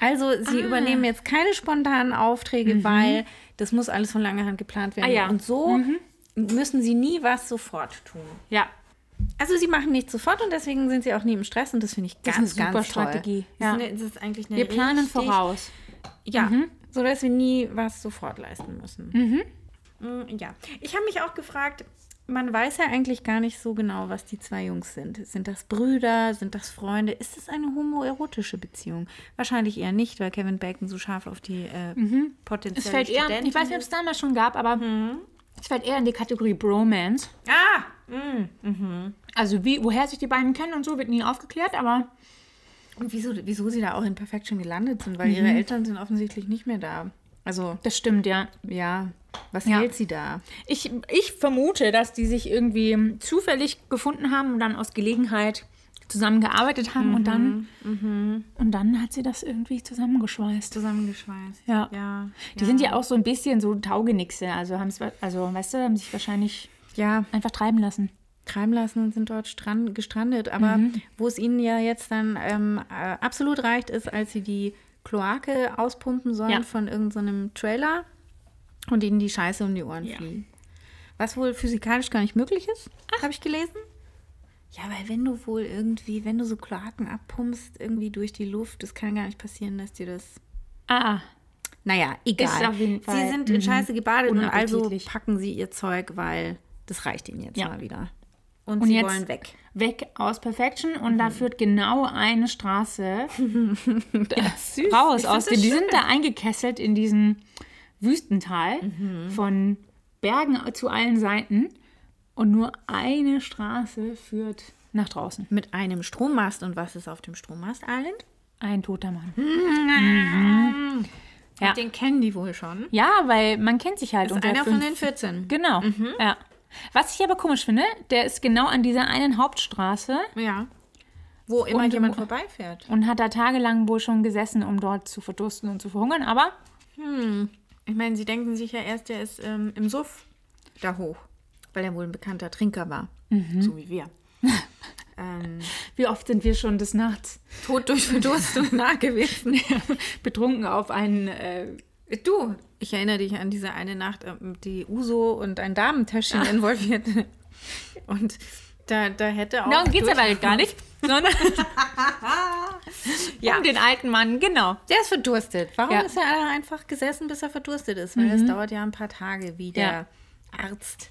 D: Also sie
C: Ah.
D: übernehmen jetzt keine spontanen Aufträge, weil das muss alles von langer Hand geplant werden.
C: Mhm. Ah, ja.
D: Und so müssen sie nie was sofort tun.
C: Ja.
D: Also sie machen nichts sofort und deswegen sind sie auch nie im Stress und das finde ich
C: Das
D: ganz,
C: ist eine
D: ganz
C: super
D: toll.
C: Strategie.
D: Das,
C: Ja.
D: ist eine, das ist eigentlich eine
C: Wir planen
D: richtig-
C: voraus.
D: Ja,
C: Mhm.
D: so dass wir nie was sofort leisten müssen. Mm, Ja, ich habe mich auch gefragt, man weiß ja eigentlich gar nicht so genau, was die zwei Jungs sind. Sind das Brüder? Sind das Freunde? Ist es eine homoerotische Beziehung? Wahrscheinlich eher nicht, weil Kevin Bacon so scharf auf die äh,
C: Mhm. Es
D: potenzielle
C: fällt eher,
D: Studentin
C: ich Mhm. weiß nicht, ob es damals schon gab, aber es fällt eher in die Kategorie Bromance.
D: Ah!
C: mhm, Also wie, woher sich die beiden kennen und so, wird nie aufgeklärt, aber
D: Und wieso, wieso sie da auch in Perfection gelandet sind, weil
C: Mhm.
D: ihre Eltern sind offensichtlich nicht mehr da. Also,
C: das stimmt, ja.
D: ja, was
C: Ja.
D: hält sie da?
C: Ich, ich vermute, dass die sich irgendwie zufällig gefunden haben und dann aus Gelegenheit zusammengearbeitet haben und dann und dann hat sie das irgendwie zusammengeschweißt.
D: Zusammengeschweißt.
C: Ja.
D: Ja.
C: Die sind ja auch so ein bisschen so Taugenixe, also haben es, also weißt du, haben sich wahrscheinlich
D: Ja,
C: einfach treiben lassen.
D: treiben lassen und sind dort strand gestrandet. Aber
C: Mhm.
D: wo es ihnen ja jetzt dann ähm, äh, absolut reicht, ist, als sie die Kloake auspumpen sollen
C: Ja.
D: von irgendeinem Trailer und ihnen die Scheiße um die Ohren fliegen. Was wohl physikalisch gar nicht möglich ist, habe ich gelesen. Ja, weil wenn du wohl irgendwie, wenn du so Kloaken abpumpst, irgendwie durch die Luft, das kann gar nicht passieren, dass dir das.
C: Ah,
D: Naja, egal.
C: auf jeden Fall, mhm.
D: Sie sind in Scheiße gebadet und also
C: unappetitlich.
D: packen sie ihr Zeug, weil das reicht ihnen jetzt
C: Ja.
D: mal wieder. Und,
C: Und
D: sie
C: jetzt-
D: wollen weg. Mhm.
C: weg aus Perfection und da führt genau eine Straße raus aus dem. Die sind da eingekesselt in diesem Wüstental
D: Mhm.
C: von Bergen zu allen Seiten und nur eine Straße führt nach draußen.
D: Mit einem Strommast. Und was ist auf dem Strommast Island?
C: Ein toter Mann.
D: Mhm. Ja.
C: Ja.
D: Den kennen die wohl schon.
C: Ja, weil man kennt sich halt
D: Das ist
C: unter
D: einer
C: fünf.
D: von den Mhm. 14.
C: Genau. Ja. Was ich aber komisch finde, der ist genau an dieser einen Hauptstraße
D: Ja. Wo immer
C: Und-
D: jemand vorbeifährt.
C: und hat da tagelang wohl schon gesessen, um dort zu verdursten und zu verhungern, aber
D: Ich meine, sie denken sich ja erst, der ist ähm, im Suff da hoch, weil er wohl ein bekannter Trinker war.
C: Mhm.
D: So wie wir. ähm,
C: Wie oft sind wir schon des Nachts
D: tot durch Verdurstung nah gewesen.
C: betrunken auf einen. Äh,
D: Du, ich erinnere dich an diese eine Nacht, ähm, die Uso und ein Damentäschchen
C: Ah.
D: involviert. Und da, da hätte auch.
C: darum geht es aber gar nicht, sondern
D: Ja.
C: um den alten Mann, genau.
D: Der ist verdurstet. Warum
C: Ja. Mhm.
D: ist er einfach gesessen, bis er verdurstet ist? Weil es dauert ja ein paar Tage, wie der Arzt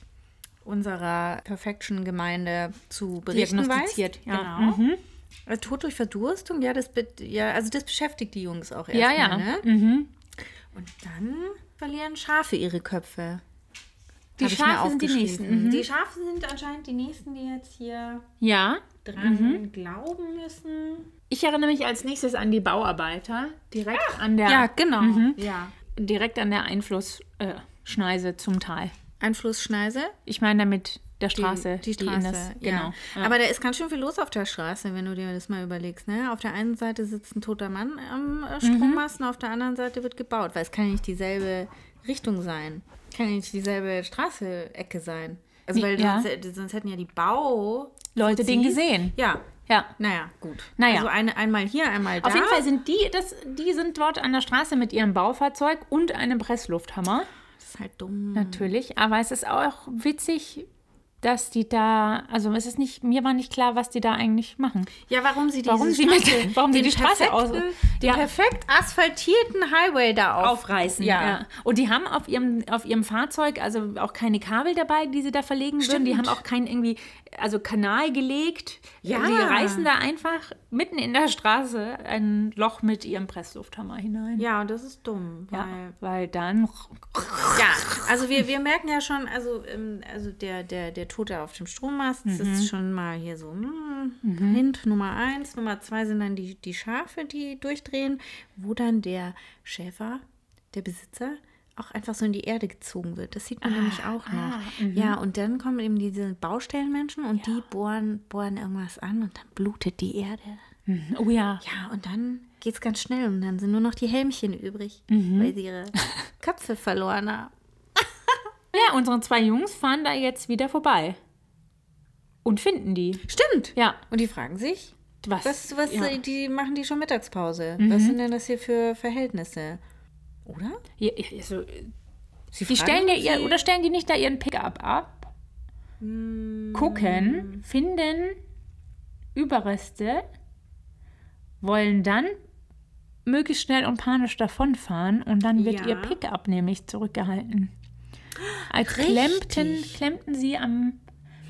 D: unserer Perfection-Gemeinde zu berichten weiß.
C: Diagnostiziert, ja. Mhm.
D: Genau. Also Tod durch Verdurstung, ja, das, be- ja, also das beschäftigt die Jungs auch
C: Ja,
D: erstmal.
C: ja. Mhm.
D: Ne? Und dann verlieren Schafe ihre Köpfe.
C: Die
D: Hab ich mir
C: Schafe sind die
D: aufgeschrieben.
C: nächsten, mhm.
D: Die Schafe sind anscheinend die nächsten, die jetzt hier
C: Ja.
D: dran
C: Mhm.
D: glauben müssen.
C: Ich erinnere mich als nächstes an die Bauarbeiter, direkt an der
D: Ja, genau. Ja.
C: direkt an der Einflussschneise äh, Schneise zum Tal.
D: Einflussschneise.
C: Ich meine damit der
D: Die-
C: Straße,
D: die
C: in
D: Straße,
C: das-
D: ja.
C: genau. Ja.
D: Aber da ist ganz schön viel los auf der Straße, wenn du dir das mal überlegst. Ne? Auf der einen Seite sitzt ein toter Mann am
C: Mhm.
D: äh, Strommasten, auf der anderen Seite wird gebaut, weil es kann ja nicht dieselbe Richtung sein. Kann ja nicht dieselbe Straße-Ecke sein. Also,
C: Nee,
D: weil
C: ja.
D: sonst, sonst hätten ja die Bau...
C: Leute den
D: Fuzis-
C: gesehen.
D: Ja.
C: Ja.
D: Naja, gut.
C: Naja.
D: Also eine, einmal hier, einmal da.
C: Auf jeden Fall sind die, das, die sind dort an der Straße mit ihrem Baufahrzeug und einem Presslufthammer,
D: Das ist halt dumm.
C: natürlich. Aber es ist auch witzig, dass die da, also es ist nicht, mir war nicht klar, was die da eigentlich machen.
D: Ja, warum sie
C: Warum
D: diese
C: sie mit-
D: Straße,
C: warum sie
D: den
C: die Straße aus-
D: perfekten- den
C: Ja.
D: perfekt asphaltierten Highway da auf,
C: Ja.
D: Ja.
C: Und die haben auf ihrem, auf ihrem Fahrzeug also auch keine Kabel dabei, die sie da verlegen würden. Die haben
D: Stimmt.
C: auch keinen irgendwie, also Kanal gelegt.
D: Ja.
C: Die reißen da einfach mitten in der Straße ein Loch mit ihrem Presslufthammer hinein.
D: Ja, und das ist dumm,
C: Ja,
D: weil
C: weil dann
D: Ja, also wir, wir merken ja schon, also, ähm, also der, der, der Tote auf dem Strommast das ist schon mal hier so hm, Hint Nummer eins. Nummer zwei sind dann die, die Schafe, die durchdrehen, wo dann der Schäfer, der Besitzer, auch einfach so in die Erde gezogen wird. Das sieht man nämlich auch noch. ja, und dann kommen eben diese Baustellenmenschen und die bohren, bohren irgendwas an und dann blutet die Erde.
C: oh ja.
D: Ja, und dann geht's ganz schnell und dann sind nur noch die Helmchen übrig,
C: Mhm.
D: weil sie ihre Köpfe verloren haben.
C: Ja, unsere zwei Jungs fahren da jetzt wieder vorbei. Und finden die.
D: Stimmt.
C: Ja.
D: Und die fragen sich,
C: Was?
D: was, was
C: ja. Mhm.
D: äh, die machen die schon Mittagspause? Was sind denn das hier für Verhältnisse? Oder?
C: Ja, ja, also, äh,
D: Sie
C: die
D: fragen
C: stellen ja
D: sie-
C: ihr, oder stellen die nicht da ihren Pickup ab?
D: Hm.
C: Gucken, finden Überreste, wollen dann möglichst schnell und panisch davonfahren und dann wird
D: Ja.
C: ihr Pickup nämlich zurückgehalten. Als
D: Richtig.
C: klemmten, klemmten sie am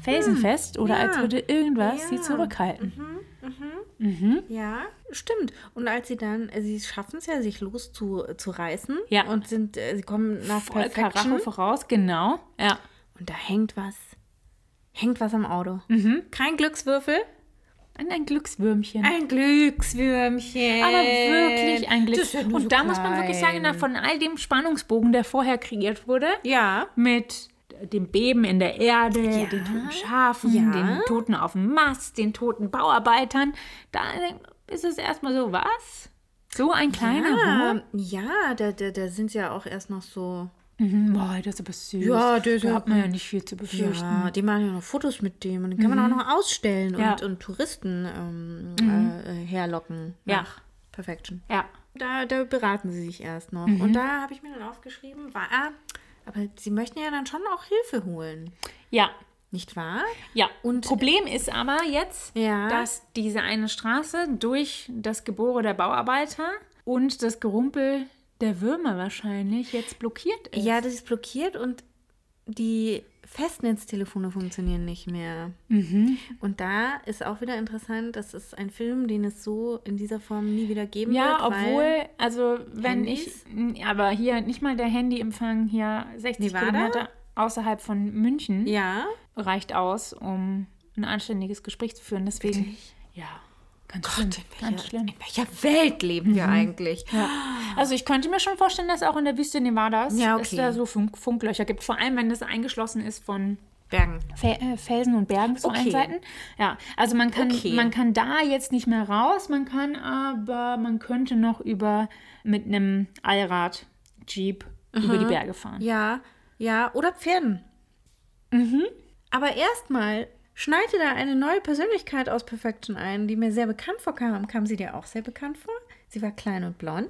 C: Felsen fest oder als
D: ja.
C: würde irgendwas sie
D: Ja. Mhm.
C: zurückhalten.
D: Ja, stimmt. Und als sie dann, äh, sie schaffen es ja, sich loszureißen
C: Ja.
D: und sind, äh, sie kommen nach
C: Voll Karacho
D: Perfection
C: voraus, genau. Ja.
D: und da hängt was. Hängt was am Auto.
C: Mhm.
D: Kein Glückswürfel.
C: Ein, ein Glückswürmchen.
D: Ein Glückswürmchen.
C: aber wirklich ein
D: Äh, Das ist ja
C: Glückswürmchen.
D: nur
C: und
D: so
C: da muss man wirklich sagen,
D: klein.
C: na, von all dem Spannungsbogen, der vorher kreiert wurde,
D: Ja.
C: mit dem Beben in der Erde, den toten Schafen,
D: Ja.
C: den Toten auf dem Mast, den toten Bauarbeitern, da ist es erstmal so, was? So ein kleiner
D: Ja,
C: Wurm?
D: ähm, ja da, da, da sind ja auch erst noch so
C: Mhm, boah, das ist aber süß.
D: Ja, das-
C: da hat man ja nicht viel zu befürchten.
D: Ja, Mhm. die machen ja noch Fotos mit dem und den kann man auch noch ausstellen
C: Ja.
D: und, und Touristen ähm, äh, herlocken.
C: Ja.
D: Nach Perfection.
C: Ja.
D: Da, da beraten sie sich erst noch. Und da habe ich mir dann aufgeschrieben, war, ah, aber sie möchten ja dann schon auch Hilfe holen.
C: Ja.
D: Nicht wahr?
C: Ja, und
D: Und-
C: Problem ist aber jetzt,
D: Ja.
C: dass diese eine Straße durch das Gebore der Bauarbeiter und das Gerumpel der Würmer wahrscheinlich jetzt blockiert ist.
D: Ja, das ist blockiert und die Festnetztelefone funktionieren nicht mehr. Und da ist auch wieder interessant, das ist ein Film, den es so in dieser Form nie wieder geben wird.
C: Ja,
D: weil-
C: obwohl, also wenn
D: Handys?
C: ich, m, aber hier nicht mal der Handyempfang hier 60
D: Nevada?
C: Kilometer außerhalb von München
D: Ja.
C: reicht aus, um ein anständiges Gespräch zu führen. Deswegen, ja, ganz schlimm, ganz schlimm.
D: In welcher Welt leben wir eigentlich?
C: Also ich könnte mir schon vorstellen, dass auch in der Wüste Nevadas
D: Ja,
C: es
D: okay.
C: da so Funk Funklöcher gibt. Vor allem, wenn das eingeschlossen ist von
D: Bergen.
C: Fe äh, Felsen und Bergen zu
D: Okay.
C: allen Seiten. Ja, also man kann,
D: Okay.
C: man kann da jetzt nicht mehr raus, man kann aber, man könnte noch über mit einem Allrad Jeep über die Berge fahren.
D: Ja, ja, oder Pferden. Mhm. Aber erstmal schneite da eine neue Persönlichkeit aus Perfection ein, die mir sehr bekannt vorkam. Kam sie dir auch sehr bekannt vor? Sie war klein und blond.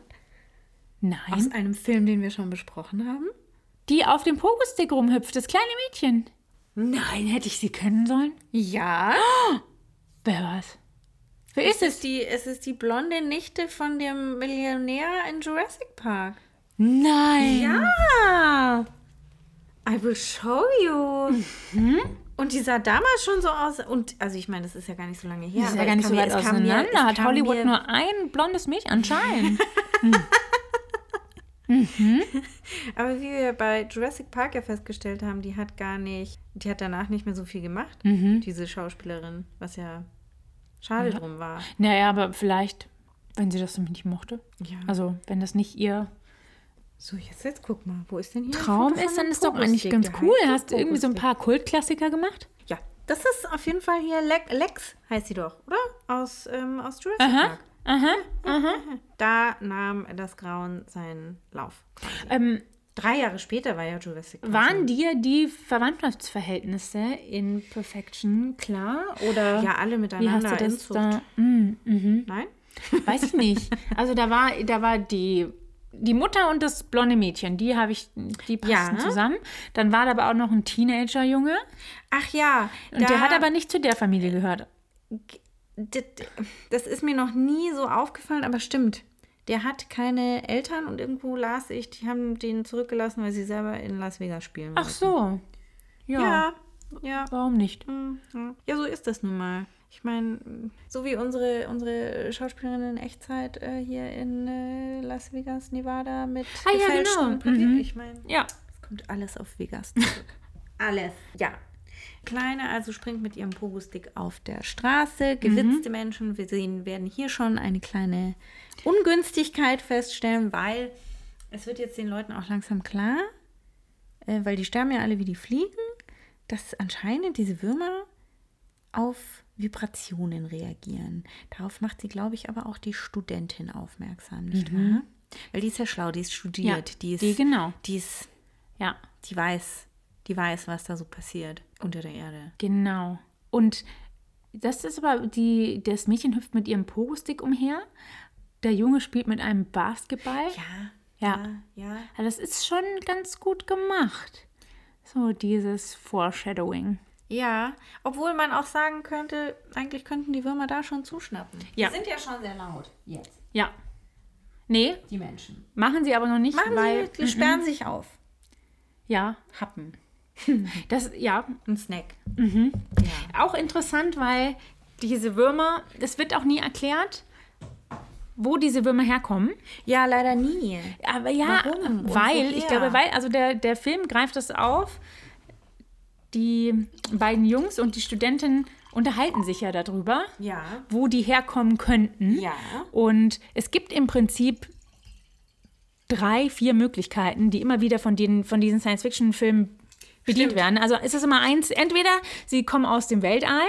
C: Nein.
D: Aus einem Film, den wir schon besprochen haben.
C: die auf dem Pogo-Stick rumhüpft, das kleine Mädchen. Nein, hätte ich sie kennen sollen?
D: Ja.
C: Wer war's? Wer ist es?
D: ist die, es ist die blonde Nichte von dem Millionär in Jurassic Park.
C: Nein.
D: Ja. I will show you.
C: Mhm.
D: Und die sah damals schon so aus. Und also ich meine, das ist ja gar nicht so lange her.
C: Das ist ja
D: aber
C: gar
D: es
C: nicht so
D: kam mir-
C: weit
D: es kam mir-
C: auseinander.
D: es
C: Hat
D: kam
C: Hollywood
D: mir-
C: nur ein blondes Mädchen? Anscheinend.
D: Aber wie wir bei Jurassic Park ja festgestellt haben, die hat gar nicht, die hat danach nicht mehr so viel gemacht,
C: Mhm.
D: diese Schauspielerin, was ja schade drum war.
C: naja, aber vielleicht, wenn sie das nicht mochte.
D: Ja.
C: Also, wenn das nicht ihr
D: So, jetzt, jetzt guck mal, wo ist denn hier ein
C: Traum
D: Foto von
C: ist, dann
D: einem
C: ist doch eigentlich
D: Pogo-Stick?
C: ganz
D: Der
C: cool.
D: heißt
C: Hast du irgendwie so ein
D: Pogo-Stick.
C: paar Kultklassiker gemacht?
D: Ja, das ist auf jeden Fall hier Le Lex, heißt sie doch, oder? Aus, ähm, aus Jurassic
C: Aha,
D: Park.
C: aha.
D: Da nahm das Grauen seinen Lauf.
C: Ähm,
D: Drei Jahre später war ja Jurassic Park.
C: waren dir die Verwandtschaftsverhältnisse in Perfection klar? Oder
D: ja alle
C: wie hast
D: miteinander
C: du das
D: Inzucht.
C: da? Mm, mhm.
D: Nein?
C: Weiß ich nicht. Also da war, da war die, die Mutter und das blonde Mädchen, die habe ich, die passen
D: Ja.
C: zusammen. Dann war da aber auch noch ein Teenager-Junge
D: Ach ja.
C: und der hat aber nicht zu der Familie gehört.
D: das, das ist mir noch nie so aufgefallen, aber stimmt. Der hat keine Eltern und irgendwo las ich, die haben den zurückgelassen, weil sie selber in Las Vegas spielen.
C: Ach so. Ja.
D: Ja, ja.
C: Warum nicht?
D: Mhm, Ja, ja so ist das nun mal. Ich meine, so wie unsere, unsere Schauspielerin in Echtzeit äh, hier in äh, Las Vegas, Nevada mit
C: Ah, ja, genau.
D: gefälschten Papieren.
C: Mhm.
D: Ich meine,
C: Ja.
D: es kommt alles auf Vegas zurück. alles. Ja. Kleine also springt mit ihrem Pogo-Stick auf der Straße. Gewitzte Menschen, wir sehen, werden hier schon eine kleine Ungünstigkeit feststellen, weil es wird jetzt den Leuten auch langsam klar, äh, weil die sterben ja alle wie die Fliegen, dass anscheinend diese Würmer auf Vibrationen reagieren. Darauf macht sie, glaube ich, aber auch die Studentin aufmerksam, nicht wahr? Weil die ist Mhm. ja schlau, die ist studiert,
C: Ja,
D: die ist,
C: die genau.
D: die ist,
C: Ja.
D: die weiß, die weiß, was da so passiert unter der Erde.
C: Genau. Und das ist aber die, das Mädchen hüpft mit ihrem Pogo-Stick umher. Der Junge spielt mit einem Basketball.
D: Ja,
C: Ja.
D: ja.
C: ja. Das ist schon ganz gut gemacht. So dieses Foreshadowing.
D: Ja, obwohl man auch sagen könnte, eigentlich könnten die Würmer da schon zuschnappen.
C: Ja.
D: Die sind ja schon sehr laut jetzt,
C: Ja. Nee,
D: die Menschen.
C: machen sie aber noch nicht,
D: Machen
C: weil
D: sie, die sperren sich auf.
C: ja,
D: Happen.
C: das ja,
D: Ein Snack.
C: auch interessant, weil diese Würmer, es wird auch nie erklärt, wo diese Würmer herkommen.
D: Ja, leider nie.
C: Aber ja, ähm,
D: Warum und
C: weil, ich
D: woher?
C: glaube, weil, also der, der Film greift das auf. Die beiden Jungs und die Studentin unterhalten sich ja darüber,
D: Ja.
C: wo die herkommen könnten.
D: Ja.
C: Und es gibt im Prinzip drei, vier Möglichkeiten, die immer wieder von, den, von diesen Science-Fiction-Filmen bedient werden. Also ist es immer eins, entweder sie kommen aus dem Weltall,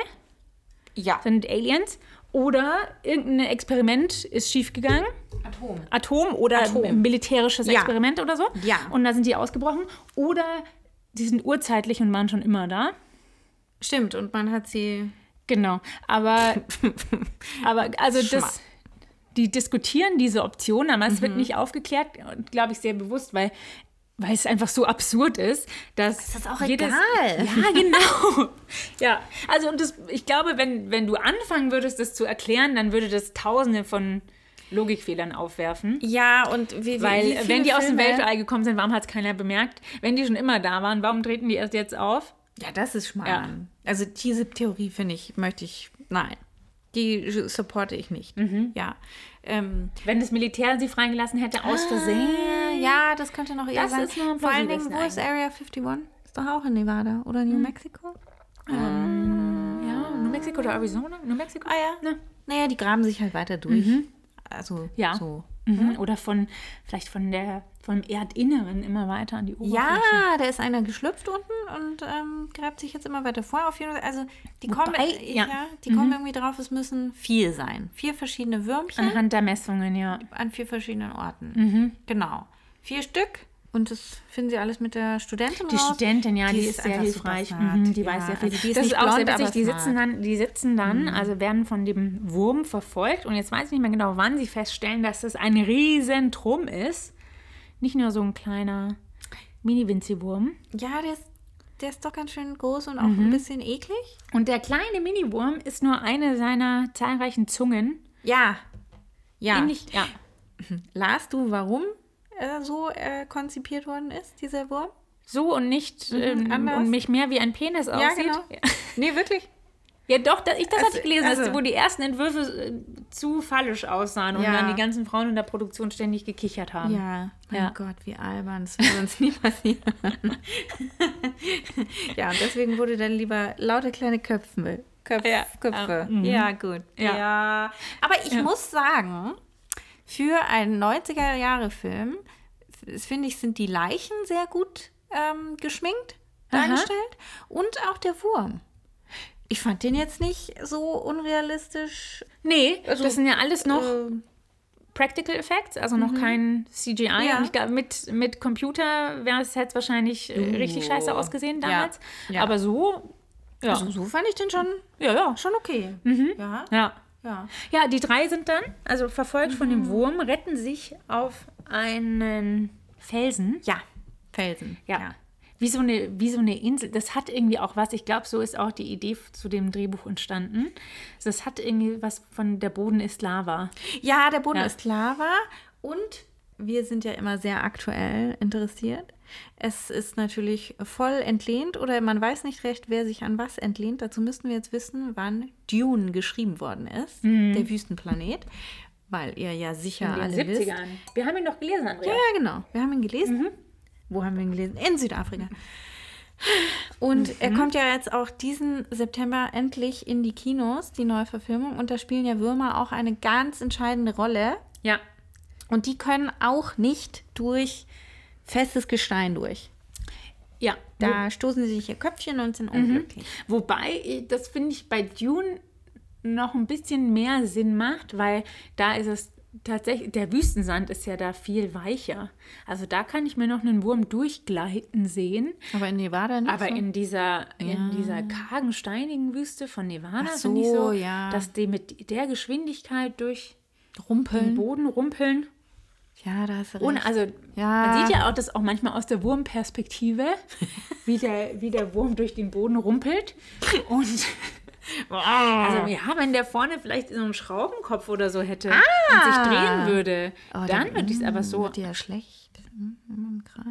D: Ja.
C: sind Aliens, oder irgendein Experiment ist schiefgegangen.
D: Atom.
C: Atom oder ein militärisches
D: Ja.
C: Experiment oder so.
D: Ja.
C: Und da sind die ausgebrochen. Oder die sind urzeitlich und waren schon immer da.
D: Stimmt, und man hat sie.
C: Genau. Aber, aber also das,
D: Schmal.
C: die diskutieren diese Option, aber es
D: Mhm.
C: wird nicht aufgeklärt und glaube ich sehr bewusst, weil, weil es einfach so absurd ist, dass. Ist
D: das auch egal?
C: Ja, genau. ja. Also und das, ich glaube, wenn, wenn du anfangen würdest, das zu erklären, dann würde das tausende von Logikfehlern aufwerfen.
D: Ja, und wie, wie,
C: Weil, äh,
D: wie viele
C: wenn die aus dem
D: Filme-
C: Weltall gekommen sind, warum hat es keiner bemerkt? Wenn die schon immer da waren, warum treten die erst jetzt auf?
D: Ja, das ist schmal.
C: Ja.
D: Also diese Theorie finde ich, möchte ich. Nein. Die supporte ich nicht. Ja. Ähm,
C: Wenn das Militär sie freigelassen hätte, aus Versehen.
D: Äh, ja, das könnte noch eher
C: Das
D: sein.
C: ist noch am
D: Vor allen Dingen,
C: plausibelsten
D: wo ist Area 51? Ist doch auch in Nevada oder
C: Hm.
D: New Mexico?
C: Ja, New Mexico oder Arizona? New Mexico?
D: Ah ja.
C: Ne?
D: Naja, die graben sich halt weiter durch. Also
C: Mhm. Ja.
D: so.
C: Mhm. Oder von, vielleicht von der, vom Erdinneren immer weiter an die Oberfläche.
D: Ja, da ist einer geschlüpft unten und ähm, gräbt sich jetzt immer weiter vor. Auf jeden Fall, also die kommen,
C: Wobei, ja. Mhm.
D: ja. die kommen irgendwie drauf, es müssen vier sein. Vier verschiedene Würmchen
C: Anhand der Messungen, ja. Mhm.
D: an vier verschiedenen Orten. Genau. Vier Stück. Und das finden sie alles mit der Studentin
C: Die
D: raus.
C: Studentin, ja, die, ist, sehr
D: einfach
C: hilfreich.
D: super smart.
C: Mhm, die weiß
D: Ja,
C: sehr viel.
D: Also die ist
C: das
D: nicht
C: ist auch
D: blond,
C: sehr witzig.
D: aber
C: Die
D: smart. Mhm.
C: sitzen dann, die sitzen dann also werden von dem Wurm verfolgt. Und jetzt weiß ich nicht mehr genau, wann sie feststellen, dass das ein riesen Trumm ist. Nicht nur so ein kleiner Mini-Winzi-Wurm.
D: Ja, der ist, der ist doch ganz schön groß und auch ein bisschen eklig.
C: Und der kleine Mini-Wurm ist nur eine seiner zahlreichen Zungen.
D: Ja. Ja.
C: Ähnlich, ja.
D: Las du, warum er so äh, konzipiert worden ist, dieser Wurm?
C: So und nicht ähm,
D: Mhm, anders. genau.
C: und mich mehr wie ein Penis aussieht. Ja.
D: Nee, wirklich.
C: Ja, doch, da, ich, das
D: Also-
C: hatte ich gelesen, dass,
D: also-
C: wo die ersten Entwürfe äh, zu fallisch aussahen und
D: Ja.
C: dann die ganzen Frauen in der Produktion ständig gekichert haben.
D: Ja, mein
C: Ja.
D: Gott, wie albern. Das würde uns nie passieren. ja, und deswegen wurde dann lieber lauter kleine Köpfe. Köpf,
C: Ja.
D: Köpfe.
C: Ah,
D: ähm,
C: mhm.
D: ja, gut.
C: Ja.
D: Aber ich muss sagen, für einen 90er-Jahre-Film, f- finde ich, sind die Leichen sehr gut ähm, geschminkt dargestellt. Und auch der Wurm. Ich fand den jetzt nicht so unrealistisch.
C: Nee,
D: Also,
C: das sind ja alles noch
D: ähm,
C: Practical Effects, also noch kein CGI.
D: mhm. Ja.
C: Und ich glaube, mit, mit Computer wäre es jetzt wahrscheinlich äh, richtig scheiße ausgesehen
D: Ja.
C: damals.
D: Ja.
C: Aber so, ja.
D: Also so fand ich den schon,
C: ja, ja.
D: schon okay. Ja,
C: Ja.
D: ja. Mhm.
C: Ja, die drei sind dann, also verfolgt von dem Wurm, retten sich auf einen Felsen.
D: Ja, Felsen.
C: Ja.
D: ja.
C: Wie, so eine, wie so eine Insel. Das hat irgendwie auch was. Ich glaube, so ist auch die Idee f- zu dem Drehbuch entstanden. Also Das hat irgendwie was von der Boden ist Lava.
D: Ja, der Boden
C: Ja.
D: ist Lava und wir sind ja immer sehr aktuell interessiert. Es ist natürlich voll entlehnt oder man weiß nicht recht, wer sich an was entlehnt. Dazu müssten wir jetzt wissen, wann Dune geschrieben worden ist, der Wüstenplanet, weil ihr ja sicher alle wisst. Ja,
C: Wir haben ihn noch gelesen, Andrea.
D: ja, genau. Wir haben ihn gelesen. Wo haben wir ihn gelesen? In Südafrika. Und er kommt ja jetzt auch diesen September endlich in die Kinos, die Neuverfilmung. Und da spielen ja Würmer auch eine ganz entscheidende Rolle.
C: Ja.
D: Und die können auch nicht durch festes Gestein durch.
C: ja.
D: Da stoßen sie sich ihr Köpfchen und sind unglücklich.
C: Wobei, äh, das finde ich bei Dune noch ein bisschen mehr Sinn macht, weil da ist es tatsächlich, der Wüstensand ist ja da viel weicher. Also da kann ich mir noch einen Wurm durchgleiten sehen.
D: Aber in Nevada nicht.
C: Aber
D: so.
C: in dieser, in dieser kargen, steinigen Wüste von Nevada
D: Ach
C: finde ich
D: so,
C: so,
D: ja.
C: dass die mit der Geschwindigkeit durch den
D: Rumpeln.
C: Boden rumpeln.
D: Ja, da hast du recht.
C: Und also
D: Ja.
C: man sieht ja auch das auch manchmal aus der Wurmperspektive, wie der, wie der Wurm durch den Boden rumpelt. Und also ja, wenn der vorne vielleicht so einen Schraubenkopf oder so hätte und sich drehen würde,
D: Ah. Oh,
C: dann würde ich es aber so.
D: Wird dir ja schlecht. Hm, Immer im Kreis.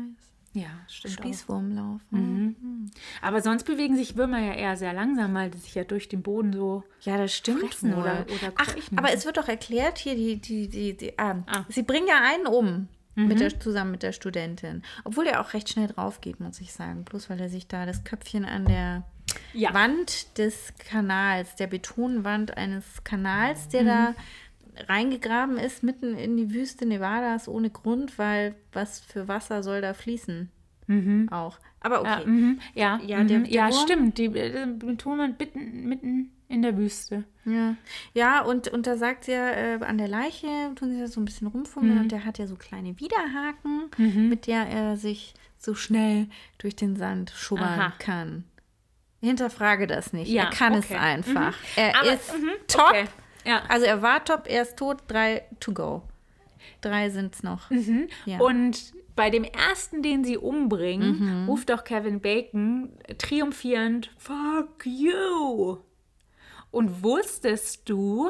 C: Ja, stimmt. auch.
D: Spießwurm laufen.
C: Aber sonst bewegen sich Würmer ja eher sehr langsam, weil die sich ja durch den Boden so
D: Ja, das stimmt
C: Fressen
D: wohl.
C: oder- oder
D: Ach,
C: keuchen.
D: aber es wird doch erklärt hier, die, die, die, die ah,
C: Ah. Mhm.
D: sie bringen ja einen um. Mit der, zusammen mit der Studentin. Obwohl er auch recht schnell drauf geht, muss ich sagen. Bloß weil er sich da das Köpfchen an der
C: Ja.
D: Wand des Kanals, der Betonwand eines Kanals, der
C: Mhm.
D: da reingegraben ist, mitten in die Wüste Nevadas ohne Grund, weil was für Wasser soll da fließen? Auch. Aber okay.
C: Mhm. Ja, mhm, ja,
D: Ja,
C: mhm,
D: der- der
C: ja
D: Wurm.
C: stimmt. Die äh, Betonwand mitten, mitten in der Wüste.
D: Ja, ja und, und da sagt sie ja, äh, an der Leiche tun sie ja so ein bisschen
C: Mhm.
D: rumfummeln und der hat ja so kleine Widerhaken, mit der er sich so schnell durch den Sand schubbern
C: Aha.
D: kann. Hinterfrage das nicht.
C: Ja,
D: er kann es
C: okay.
D: einfach. Er
C: Aber-
D: ist
C: mhm,
D: top.
C: okay. Ja.
D: Also er war top, er ist tot, drei to go. Drei sind es noch. Ja.
C: Mhm. Und bei dem ersten, den sie
D: Mhm.
C: umbringen, ruft doch Kevin Bacon triumphierend: Fuck you! Und wusstest du,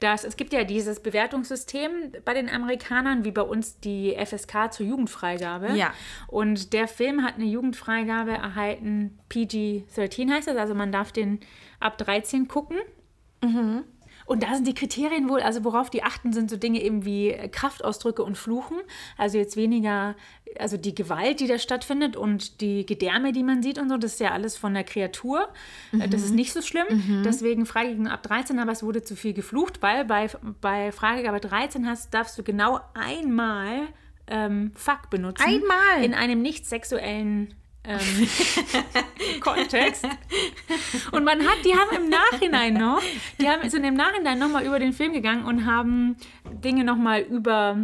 C: dass es gibt ja dieses Bewertungssystem bei den Amerikanern, wie bei uns die FSK zur Jugendfreigabe.
D: Ja.
C: Und der Film hat eine Jugendfreigabe erhalten, PG-13 heißt das, also man darf den ab 13 gucken. Und da sind die Kriterien wohl, also worauf die achten, sind so Dinge eben wie Kraftausdrücke und Fluchen. Also jetzt weniger, also die Gewalt, die da stattfindet und die Gedärme, die man sieht und so, das ist ja alles von der Kreatur. Äh, Das ist nicht so schlimm. Deswegen Freigegeben ab 13, aber es wurde zu viel geflucht, weil bei, bei Freigabe 13 hast, darfst du genau einmal ähm, Fuck benutzen.
D: Einmal?
C: In einem nicht sexuellen ähm, Kontext. Und man hat, die haben im Nachhinein noch, die haben, sind im Nachhinein nochmal über den Film gegangen und haben Dinge nochmal über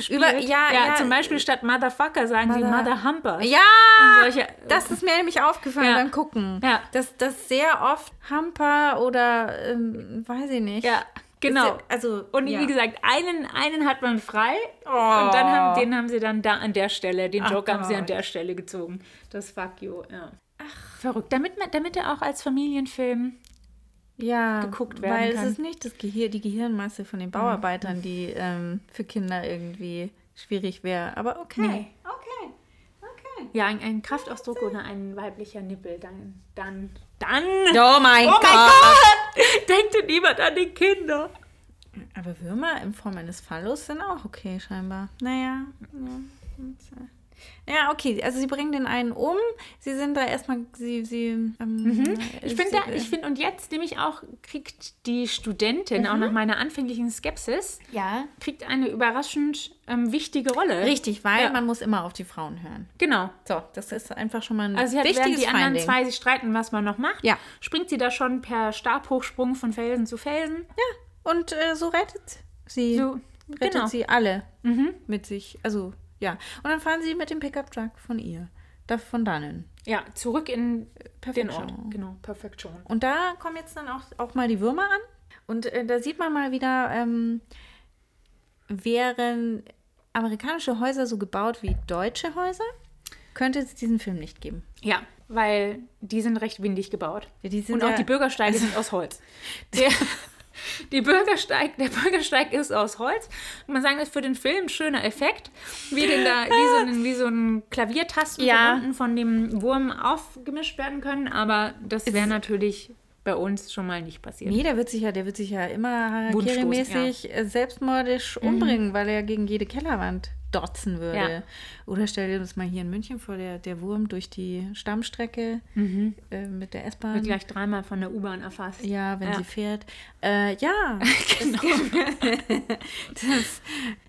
C: spielt.
D: Über- ja, ja.
C: Zum Beispiel Mhm. statt Motherfucker sagen sie
D: Mother-
C: Mother Humper.
D: Ja,
C: Und solche-
D: das ist mir nämlich aufgefallen
C: Ja.
D: beim Gucken.
C: Ja.
D: Dass das sehr oft Hamper oder ähm, weiß ich nicht.
C: Ja, genau.
D: Ist ja- Also
C: Und
D: ja.
C: wie gesagt, einen, einen hat man frei und dann haben, den haben sie dann da an der Stelle, den Joker haben sie an
D: Oh. Gott.
C: der Stelle gezogen. Das Fuck you, ja. Ach. Verrückt. Damit, man, damit er auch als Familienfilm.
D: ja,
C: geguckt werden
D: weil
C: kann. Mhm.
D: es ist nicht das Gehir die Gehirnmasse von den Bauarbeitern, die ähm, für Kinder irgendwie schwierig wäre. Aber okay. Okay. Okay.
C: Ja, ein, ein Kraftausdruck oder ein weiblicher Nippel. Dann, dann, dann.
D: Oh mein
C: Oh
D: Gott.
C: mein Gott! Denkt denn niemand an die Kinder?
D: Aber Würmer in Form eines Phallus sind auch okay, scheinbar. Naja. Ja, ja okay. Also sie bringen den einen um. Sie sind da erstmal. Sie, sie, ähm,
C: Mhm.
D: äh,
C: Ich finde, da- ich finde, und jetzt nämlich auch kriegt die Studentin, auch nach meiner anfänglichen Skepsis,
D: Ja.
C: kriegt eine überraschend ähm, wichtige Rolle.
D: Richtig, weil
C: Ja.
D: man muss immer auf die Frauen hören.
C: Genau.
D: So, das ist einfach schon mal ein
C: Also sie hat, während
D: wichtiges
C: die anderen
D: Finding.
C: zwei sich streiten, was man noch macht,
D: Ja.
C: springt sie da schon per Stabhochsprung von Felsen zu Felsen.
D: Ja, und äh, so rettet sie,
C: So,
D: rettet
C: genau. Mhm.
D: sie alle mit sich. Also, ja. Und dann fahren sie mit dem Pickup-Truck von ihr, da von dannen.
C: Ja, zurück in den
D: Perfektion.
C: Ort. Genau, Perfektion.
D: Und da kommen jetzt dann auch, auch mal die Würmer an. Und äh, da sieht man mal wieder, ähm, wären amerikanische Häuser so gebaut wie deutsche Häuser, könnte es diesen Film nicht geben.
C: Ja, weil die sind recht windig gebaut.
D: Ja, die sind
C: Und auch
D: ja- also
C: die Bürgersteige sind aus Holz. Der, die Bürgersteig, der Bürgersteig ist aus Holz. Und man sagen, das ist für den Film ein schöner Effekt, wie, den da, wie, so ein, wie so ein Klaviertasten
D: Ja.
C: von unten von dem Wurm aufgemischt werden können. Aber das wäre natürlich bei uns schon mal nicht passiert.
D: Nee, der wird sich ja, der wird sich ja immer
C: Wunschstoß,
D: harakiri-mäßig äh, selbstmordisch umbringen, weil er gegen jede Kellerwand dotzen würde.
C: Mhm. Ja.
D: Oder stell dir das mal hier in München vor, der, der Wurm durch die Stammstrecke äh, mit der S-Bahn.
C: Wird gleich dreimal von Mhm. der U-Bahn erfasst.
D: Ja, wenn sie fährt. Äh, ja,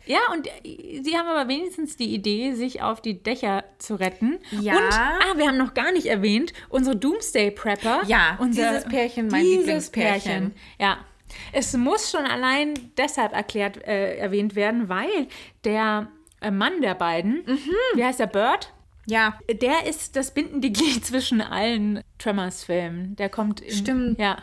C: Ja, und äh, sie haben aber wenigstens die Idee, sich auf die Dächer zu retten.
D: Ja.
C: Und, ah, wir haben noch gar nicht erwähnt, unsere Doomsday Prepper.
D: Ja,
C: unser,
D: dieses Pärchen, mein Lieblingspärchen.
C: Ja. Es muss schon allein deshalb erklärt, äh, erwähnt werden, weil der äh, Mann der beiden,
D: Mhm.
C: wie heißt der Bird?
D: ja.
C: Der ist das bindende Glied zwischen allen Tremors-Filmen. Der kommt in,
D: Stimmt.
C: Ja.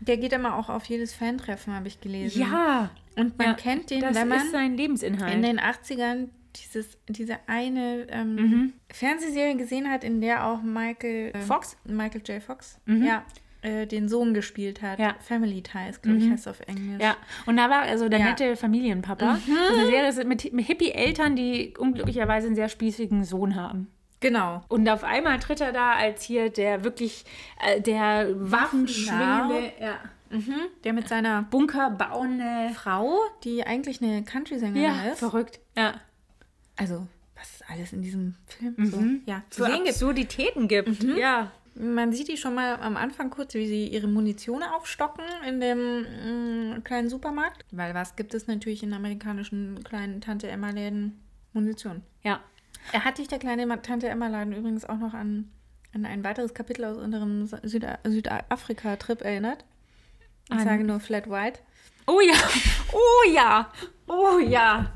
D: Der geht immer auch auf jedes Fantreffen, habe ich gelesen.
C: Ja.
D: Und man
C: ja,
D: kennt den,
C: das
D: wenn man
C: ist sein Lebensinhalt.
D: in den 80ern dieses, diese eine ähm,
C: Mhm.
D: Fernsehserie gesehen hat, in der auch Michael ähm,
C: Fox?
D: Michael J. Fox, ja, äh, den Sohn gespielt hat.
C: Mhm. Ja. Mhm.
D: Family Ties, glaube ich, heißt es auf Englisch.
C: Ja, und da war also der
D: Ja.
C: nette Familienpapa. Das ist eine Serie das ist mit, mit Hippie-Eltern, die unglücklicherweise einen sehr spießigen Sohn haben.
D: Genau.
C: Und auf einmal tritt er da als hier der wirklich, äh, der waffenschwingende, ja, Mhm.
D: Der mit seiner
C: bunkerbauende.
D: Frau, die eigentlich eine Country-Sängerin
C: Ja,
D: ist.
C: verrückt. Ja.
D: Also, was ist alles in diesem Film? So, ja, zu
C: Mhm. So
D: sehen gibt.
C: Absurditäten gibt. Ja.
D: Man sieht die schon mal am Anfang kurz, wie sie ihre Munition aufstocken in dem mm, kleinen Supermarkt. Weil was gibt es natürlich in amerikanischen kleinen Tante-Emma-Läden? Munition.
C: Ja.
D: Er hat dich der kleine Ma- Tante Emma Laden übrigens auch noch an, an ein weiteres Kapitel aus unserem Sa- Süda Südafrika-Trip erinnert. Ich sage nur Flat White.
C: Oh ja. Oh ja. Oh ja.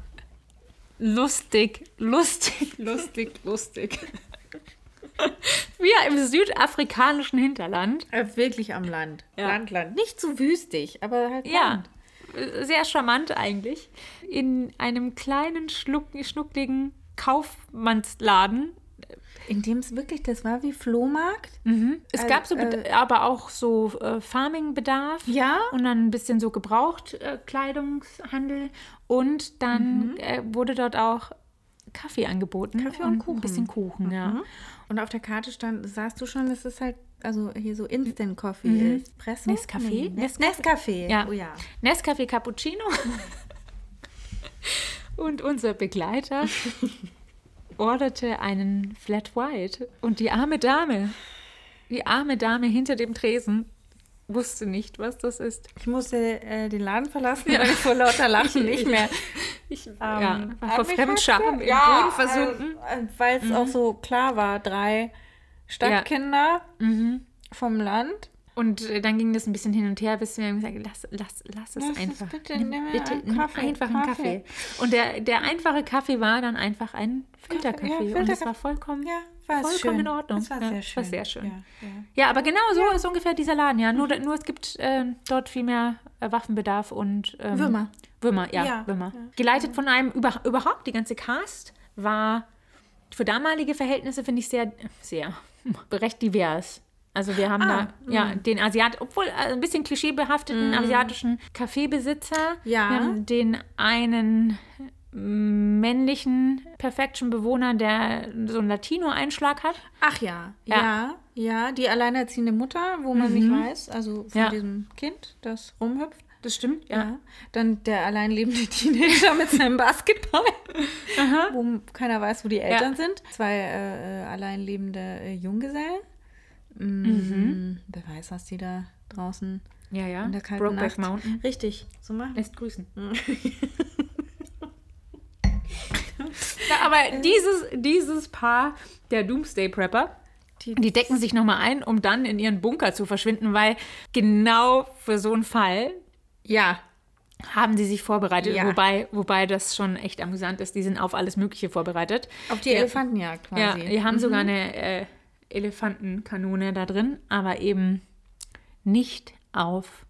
C: Lustig, lustig, lustig, lustig. Wir im südafrikanischen Hinterland
D: Äh, wirklich am Land.
C: Ja.
D: Land, Land. Nicht zu wüstig, aber halt
C: Ja, äh,
D: Land.
C: sehr charmant eigentlich. In einem kleinen, schluck, schnuckligen Kaufmannsladen.
D: In dem es wirklich, das war wie Flohmarkt.
C: Es gab so, bed- aber auch so äh, Farming-Bedarf.
D: äh, Ja.
C: Und dann ein bisschen so gebraucht äh, Kleidungshandel. Und dann äh, wurde dort auch Kaffee angeboten.
D: Mhm. Kaffee und Kuchen. Mhm.
C: Ein bisschen Kuchen, ja.
D: Und auf der Karte stand, sahst du schon, dass es halt, also hier so Instant Coffee ist. Presso?
C: Nescafé?
D: Nee, Nes Mhm. Nescafé.
C: Ja.
D: Oh ja.
C: Nescafé Cappuccino. und unser Begleiter orderte einen Flat White. Und die arme Dame, die arme Dame hinter dem Tresen, wusste nicht, was das ist.
D: Ich musste äh, den Laden verlassen, weil ich vor lauter Lachen nicht mehr
C: Ich ja, Ähm, war vor
D: Hat mich
C: Fremdscham
D: halt
C: im
D: ge- ja,
C: Boden versunken. Mhm.
D: Also, Weil es
C: Mhm.
D: auch so klar war, drei Stadtkinder vom Land
C: Und äh, dann ging das ein bisschen hin und her, bis wir gesagt haben, lass, lass, lass es
D: Lass es
C: einfach.
D: bitte,
C: nimm,
D: nimm mir
C: bitte
D: einen
C: nimm
D: Kaffee,
C: einfach einen Kaffee.
D: Kaffee.
C: Und der, der einfache Kaffee war dann einfach ein Filterkaffee.
D: Ja,
C: Und das
D: Filterkaffee.
C: war vollkommen,
D: Ja, war es
C: vollkommen
D: schön.
C: in Ordnung.
D: Es war
C: ja,
D: sehr
C: War
D: schön.
C: sehr schön. Ja.
D: Ja, ja. Mhm.
C: aber genau so ist ungefähr dieser Laden, ja. Nur, nur es gibt ähm, dort viel mehr äh, Waffenbedarf und ähm,
D: Würmer.
C: Würmer, ja,
D: Ja,
C: Würmer. Geleitet von einem, über, überhaupt die ganze Cast war für damalige Verhältnisse, finde ich, sehr, sehr recht divers. Also wir haben
D: Ah, Mhm.
C: da ja, den Asiat, obwohl äh, ein bisschen klischeebehafteten asiatischen Kaffeebesitzer.
D: Ja.
C: Wir haben den einen mm, männlichen Perfection-Bewohner, der so einen Latino-Einschlag hat.
D: Ach ja,
C: Ja. Mhm.
D: ja, ja, die alleinerziehende Mutter, wo man nicht weiß, also von
C: Ja.
D: diesem Kind, das rumhüpft.
C: Das stimmt,
D: Ja. Dann der alleinlebende Teenager mit seinem Basketball, wo m- keiner weiß, wo die Eltern sind. Zwei äh, äh, alleinlebende äh, Junggesellen. Mhm. Wer weiß, was die da draußen
C: Ja, ja.
D: in der kalten
C: Brokeback
D: Nacht.
C: Mountain.
D: Richtig, so machen.
C: Lässt grüßen. Na, aber dieses, dieses Paar der Doomsday Prepper,
D: Die-
C: die decken sich nochmal ein, um dann in ihren Bunker zu verschwinden, weil genau für so einen Fall
D: Ja,
C: haben sie sich vorbereitet.
D: Ja.
C: Wobei, wobei das schon echt amüsant ist. Die sind auf alles Mögliche vorbereitet.
D: auf die
C: Ja.
D: Elefantenjagd
C: Ja,
D: quasi. Mhm.
C: die haben sogar eine äh, Elefantenkanone da drin, aber eben nicht auf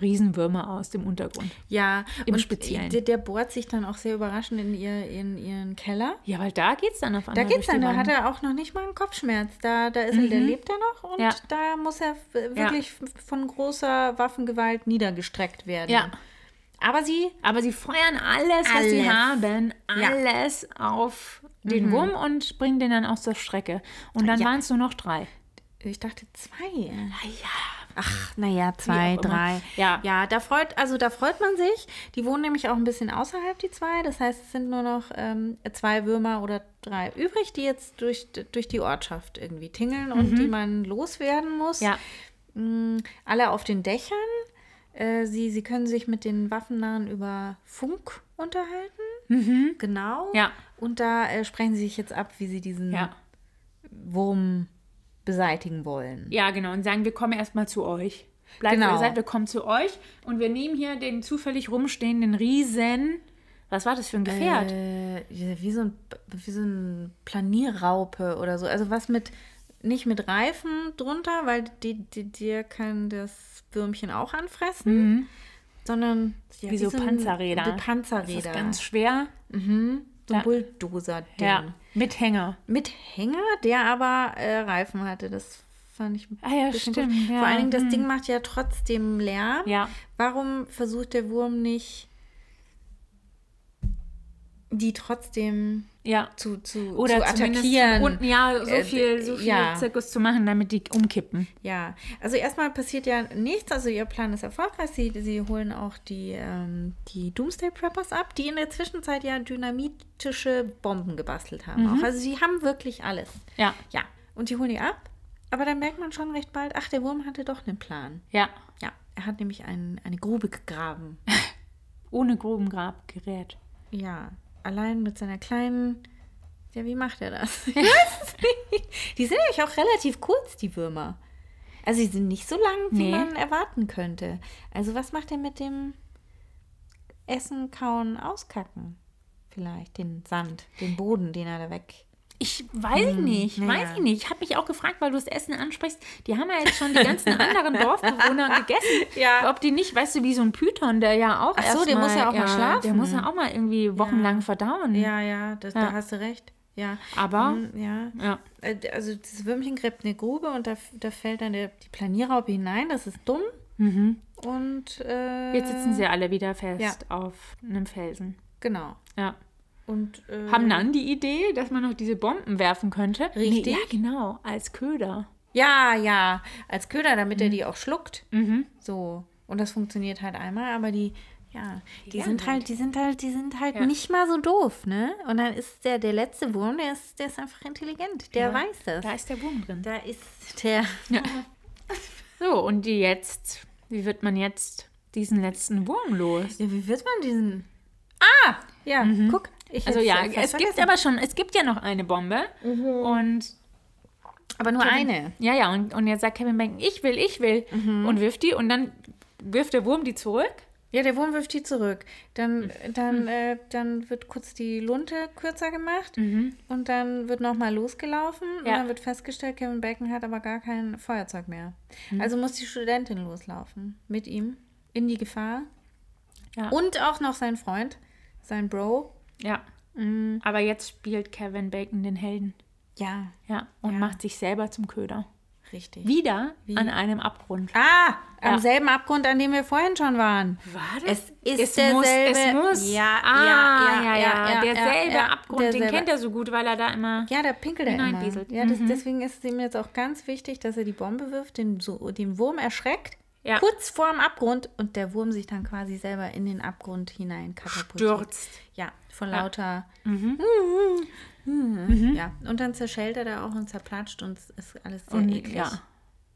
C: Riesenwürmer aus dem Untergrund.
D: Ja,
C: Im
D: und
C: Speziellen.
D: Der, der bohrt sich dann auch sehr überraschend in, ihr, in ihren Keller.
C: Ja, weil da geht's dann auf
D: Da
C: einmal
D: geht's
C: durch
D: dann,
C: die
D: da hat
C: Wand. Mhm.
D: er auch noch nicht mal einen Kopfschmerz. Da, da ist er, der lebt er noch und
C: Ja.
D: da muss er w- wirklich f- von großer Waffengewalt niedergestreckt werden.
C: Ja.
D: Aber sie,
C: Aber sie feuern alles, was
D: Alles.
C: sie
D: Mhm.
C: haben, alles auf den Wurm und bringen den dann aus der Strecke. Und dann
D: Ja.
C: waren es nur noch drei.
D: ich dachte zwei.
C: Ja.
D: Ach, naja,
C: Wie
D: zwei,
C: auch immer.
D: drei.
C: Ja.
D: Ja, da freut, also da freut man sich. Die wohnen nämlich auch ein bisschen außerhalb, die zwei. Das heißt, es sind nur noch ähm, zwei Würmer oder drei übrig, die jetzt durch, durch die Ortschaft irgendwie tingeln und die man loswerden muss.
C: Mhm. Ja.
D: Mm, alle auf den Dächern. Äh, Sie, sie können sich mit den Waffennahen über Funk unterhalten. Genau.
C: Mhm. Ja.
D: Und da äh, sprechen sie sich jetzt ab, wie sie diesen
C: ja.
D: Wurm beseitigen wollen.
C: Ja, genau. Und sagen, wir kommen erstmal zu euch. Bleibt,
D: Genau.
C: wo ihr seid, wir kommen zu euch. Und wir nehmen hier den zufällig rumstehenden Riesen. Was war das für ein Gefährt?
D: Äh, wie, so ein, wie so ein Planierraupe oder so. Also was mit, nicht mit Reifen drunter, weil die, die, dir kann das Würmchen auch anfressen, sondern ja,
C: Mhm. Wie so Panzerräder.
D: Ein, die
C: das
D: Panzerräder. Mhm.
C: ist ganz schwer.
D: so ein
C: ja.
D: Bulldozer-Ding.
C: Ja. Mit Hänger.
D: mit Hänger, der aber äh, Reifen hatte. Das fand ich ein
C: Ah ja,
D: bisschen
C: stimmt,
D: gut.
C: ja,
D: Vor allen Dingen, das
C: hm.
D: Ding macht ja trotzdem Lärm.
C: Ja.
D: Warum versucht der Wurm nicht, die trotzdem
C: Ja.
D: zu, zu,
C: Oder
D: zu
C: zumindest
D: attackieren?
C: Unten, ja, so
D: Äh,
C: viel, so viel
D: ja.
C: Zirkus zu machen, damit die umkippen.
D: Ja, also erstmal passiert ja nichts. Also ihr Plan ist erfolgreich. Sie, sie holen auch die, ähm, die Doomsday Preppers ab, die in der Zwischenzeit ja dynamitische Bomben gebastelt haben. Auch. Also sie haben wirklich alles.
C: Ja.
D: Ja, und die holen die ab. Aber dann merkt man schon recht bald, ach, der Wurm hatte doch einen Plan.
C: Ja.
D: Ja, er hat nämlich ein, eine Grube gegraben.
C: Ohne Grubengrabgerät.
D: Ja, allein mit seiner kleinen. Ja, wie macht er das? Ich weiß es nicht. Die sind nämlich auch relativ kurz, die Würmer. Also, sie sind nicht so lang, wie
C: Nee.
D: man erwarten könnte. Also, was macht er mit dem Essen, Kauen, Auskacken? Vielleicht den Sand, den Boden, den er da weg.
C: Ich weiß
D: Hm,
C: nicht,
D: ja.
C: weiß ich nicht. Ich habe mich auch gefragt, weil du das Essen ansprichst. Die haben ja jetzt schon die ganzen anderen Dorfbewohner gegessen.
D: Ja.
C: Ob die nicht, weißt du, wie so ein Python, der ja auch
D: Ach so,
C: erst
D: der
C: mal,
D: muss ja auch mal schlafen.
C: Der muss ja auch mal irgendwie wochenlang verdauen.
D: Ja, ja, das,
C: Ja.
D: da hast du recht. Ja.
C: Aber-
D: Hm, ja.
C: Ja.
D: Äh, Also das Würmchen gräbt eine Grube und da, da fällt dann der, die Planierraupe hinein. Das ist dumm. Mhm. Und äh,
C: Jetzt sitzen sie alle wieder fest
D: Ja.
C: auf einem Felsen.
D: Genau.
C: Ja.
D: Und äh,
C: Haben dann die Idee, dass man noch diese Bomben werfen könnte.
D: Richtig.
C: ja, genau, als Köder.
D: ja, ja, als Köder, damit
C: Mhm.
D: er die auch schluckt. So. Und das funktioniert halt einmal, aber die ja, die
C: lernen
D: sind halt, die sind halt, die sind halt
C: Ja.
D: nicht mal so doof, ne? Und dann ist der der letzte Wurm, der ist, der ist einfach intelligent, der weiß das.
C: Da ist der Wurm drin.
D: Da ist der
C: So, und die jetzt, wie wird man jetzt diesen letzten Wurm los?
D: Ja, wie wird man diesen? Ah! Ja, guck. Ich
C: Also
D: hätt's
C: ja,
D: fast
C: es gibt
D: vergessen. Mhm.
C: aber schon, es gibt ja noch eine Bombe und
D: Aber nur eine.
C: Ja, ja, und, und jetzt sagt Kevin Bacon, ich will, ich will.
D: Mhm.
C: Und wirft die und dann wirft der Wurm die zurück.
D: Ja, der Wurm wirft die zurück. Dann,
C: Hm.
D: dann, äh, dann wird kurz die Lunte kürzer gemacht und dann wird nochmal losgelaufen und
C: Mhm. Ja.
D: dann wird festgestellt, Kevin Bacon hat aber gar kein Feuerzeug mehr.
C: Hm.
D: Also muss die Studentin loslaufen mit ihm in die Gefahr.
C: Ja.
D: Und auch noch sein Freund, sein Bro.
C: Ja. Aber jetzt spielt Kevin Bacon den Helden.
D: Ja,
C: Ja. Und
D: Ja.
C: macht sich selber zum Köder.
D: richtig.
C: Wieder an einem Abgrund.
D: Ah, am
C: Ja.
D: selben Abgrund, an dem wir vorhin schon waren.
C: War
D: Es ist
C: muss,
D: derselbe.
C: es muss.
D: Ja,
C: ah,
D: ja, ja,
C: ja, ja,
D: ja, ja,
C: derselbe
D: ja,
C: Abgrund,
D: derselbe.
C: den kennt er so gut, weil er da immer.
D: Ja, da pinkelt er immer.
C: Hineinwieselt.
D: Ja, das, deswegen ist es ihm jetzt auch ganz wichtig, dass er die Bombe wirft, den, so, den Wurm erschreckt,
C: Ja.
D: kurz vorm Abgrund und der Wurm sich dann quasi selber in den Abgrund hinein katapultiert.
C: Stürzt.
D: Ja, von lauter. Mhm. Ja, und dann zerschellt er da auch und zerplatscht und es ist alles sehr
C: Und,
D: eklig.
C: ja,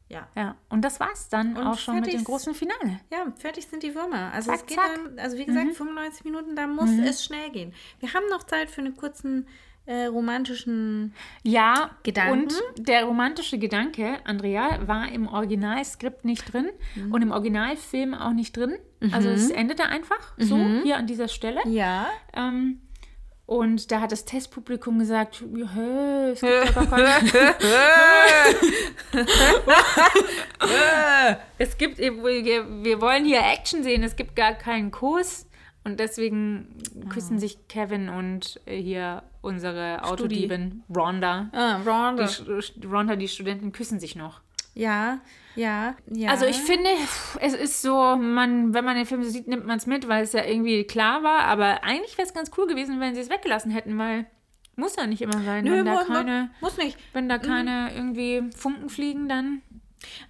D: ja.
C: ja. Und das war's dann
D: Und
C: auch schon mit
D: fertig.
C: dem großen Finale.
D: Ja, fertig sind die Würmer. Also es
C: Zack,
D: geht
C: zack. Mhm.
D: dann, also wie gesagt, 95 Minuten, da muss es schnell gehen. Wir haben noch Zeit für einen kurzen äh, romantischen.
C: Ja,
D: Gedanken.
C: und der romantische Gedanke, Andrea, war im Originalskript nicht drin
D: Mhm.
C: und im Originalfilm auch nicht drin. Also es endete einfach so hier an dieser Stelle.
D: Mhm. Ja.
C: Ähm, und da hat das Testpublikum gesagt, "Ja, hä, es gibt ja gar keine... es gibt, eben- wir wir wollen hier Action sehen, es gibt gar keinen Kuss. Und deswegen
D: Ah.
C: küssen sich Kevin und äh, hier unsere Autodiebin Rhonda.
D: Ah, Ronda.
C: Die Sch- Rhonda, die Studenten küssen sich noch.
D: Ja, ja, ja.
C: Also ich finde, pff, es ist so, man, wenn man den Film so sieht, nimmt man es mit, weil es ja irgendwie klar war. Aber eigentlich wäre es ganz cool gewesen, wenn sie es weggelassen hätten, weil muss ja nicht immer sein,
D: Nö,
C: wenn da
D: muss,
C: keine,
D: muss nicht.
C: wenn da keine irgendwie Funken fliegen, dann.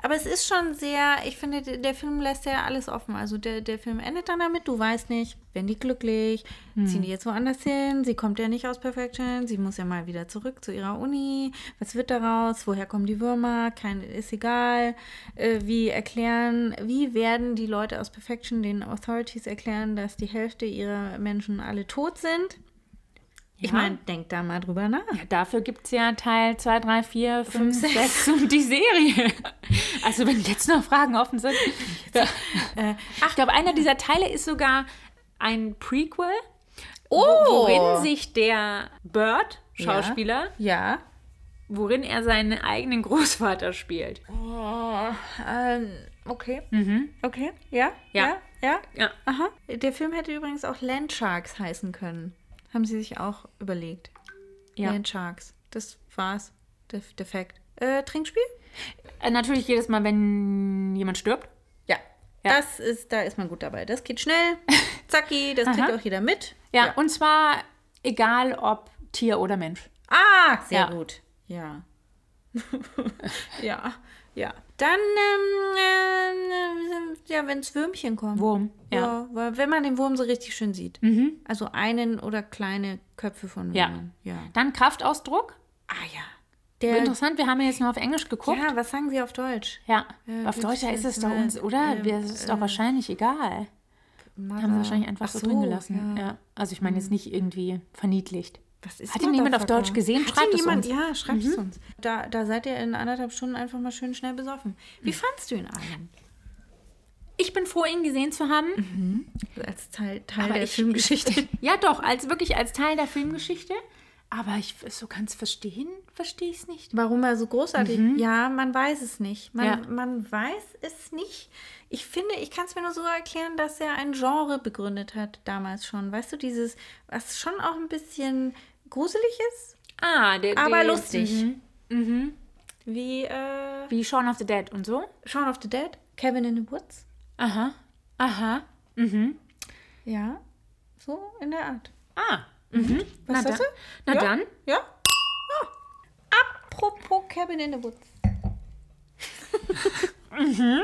D: Aber es ist schon sehr, ich finde, der der Film lässt ja alles offen. Also der, der Film endet dann damit, du weißt nicht, werden die glücklich,
C: Hm.
D: ziehen die jetzt woanders hin, sie kommt ja nicht aus Perfection, sie muss ja mal wieder zurück zu ihrer Uni, was wird daraus, woher kommen die Würmer, kein, ist egal, äh, wie erklären, wie werden die Leute aus Perfection den Authorities erklären, dass die Hälfte ihrer Menschen alle tot sind? Ich
C: Ja.
D: meine, denk da mal drüber nach.
C: Ja, dafür gibt es ja Teil 2, 3, 4, 5, 6 und die Serie. Also wenn jetzt noch Fragen offen sind. Äh, Ach, ich glaube, einer dieser Teile ist sogar ein Prequel, wo- worin sich der Bird, Schauspieler,
D: Ja.
C: worin er seinen eigenen Großvater spielt.
D: Ähm, okay. Okay, ja?
C: Mhm. Ja.
D: Ja?
C: Ja.
D: Aha. Der Film hätte übrigens auch Landsharks heißen können. Haben sie sich auch überlegt.
C: Ja.
D: Landsharks. Das war's. Der, der Fact. Äh, Trinkspiel?
C: Äh, Natürlich jedes Mal, wenn jemand stirbt.
D: Ja.
C: Ja.
D: Das ist, da ist man gut dabei. Das geht schnell. Zacki, das kriegt auch jeder mit.
C: Ja, und zwar egal ob Tier oder Mensch.
D: Ah, sehr
C: Ja.
D: gut. Ja. ja, ja. Dann, ähm, ähm, ja, wenn's Würmchen kommt.
C: Wurm.
D: Ja.
C: Ja. Mhm.
D: weil wenn man den Wurm so richtig schön sieht. Also einen oder kleine Köpfe von
C: Ja.
D: Würmern. Ja.
C: Dann Kraftausdruck.
D: Ah ja. Der,
C: Interessant, wir haben ja jetzt nur auf Englisch geguckt.
D: ja, was sagen sie auf Deutsch?
C: Ja,
D: Äh,
C: auf
D: wie
C: Deutsch
D: ist
C: ist
D: das
C: es doch
D: mal?
C: uns, oder?
D: Ähm,
C: Wir- Es ist doch wahrscheinlich egal. Haben sie wahrscheinlich einfach Ah. so, drin gelassen. Ja. Also ich meine jetzt nicht irgendwie verniedlicht.
D: Was ist
C: Hat ihn jemand auf
D: Motherfucker?
C: Deutsch gesehen?
D: Hat
C: Schreibt
D: ihn
C: es
D: jemand,
C: uns. Mhm.
D: Ja, schreibt es uns. Da, da seid ihr in anderthalb Stunden einfach mal schön schnell besoffen.
C: Mhm.
D: Wie fandst du ihn allen?
C: Ich bin froh, ihn gesehen zu haben.
D: Als Teil, Teil
C: Aber
D: der
C: ich-
D: Filmgeschichte.
C: Ja, doch, als wirklich als Teil der Filmgeschichte. Aber ich so ganz verstehen, verstehe ich es nicht.
D: Warum er so großartig? Ja, man weiß es nicht. Man,
C: Mhm. Ja.
D: man weiß es nicht. Ich finde, ich kann es mir nur so erklären, dass er ein Genre begründet hat damals schon. Weißt du, dieses, was schon auch ein bisschen gruselig ist,
C: Ah, der,
D: aber
C: der-
D: lustig.
C: Mhm.
D: Wie äh,
C: Wie Shaun of the Dead und so.
D: Shaun of the Dead, Cabin in the Woods.
C: Aha, aha.
D: Ja, so in der Art.
C: Ah,
D: Was
C: na,
D: sagst du?
C: da, na
D: ja?
C: dann.
D: Ja. Ah. Ja. Apropos Cabin in the Woods. Mhm.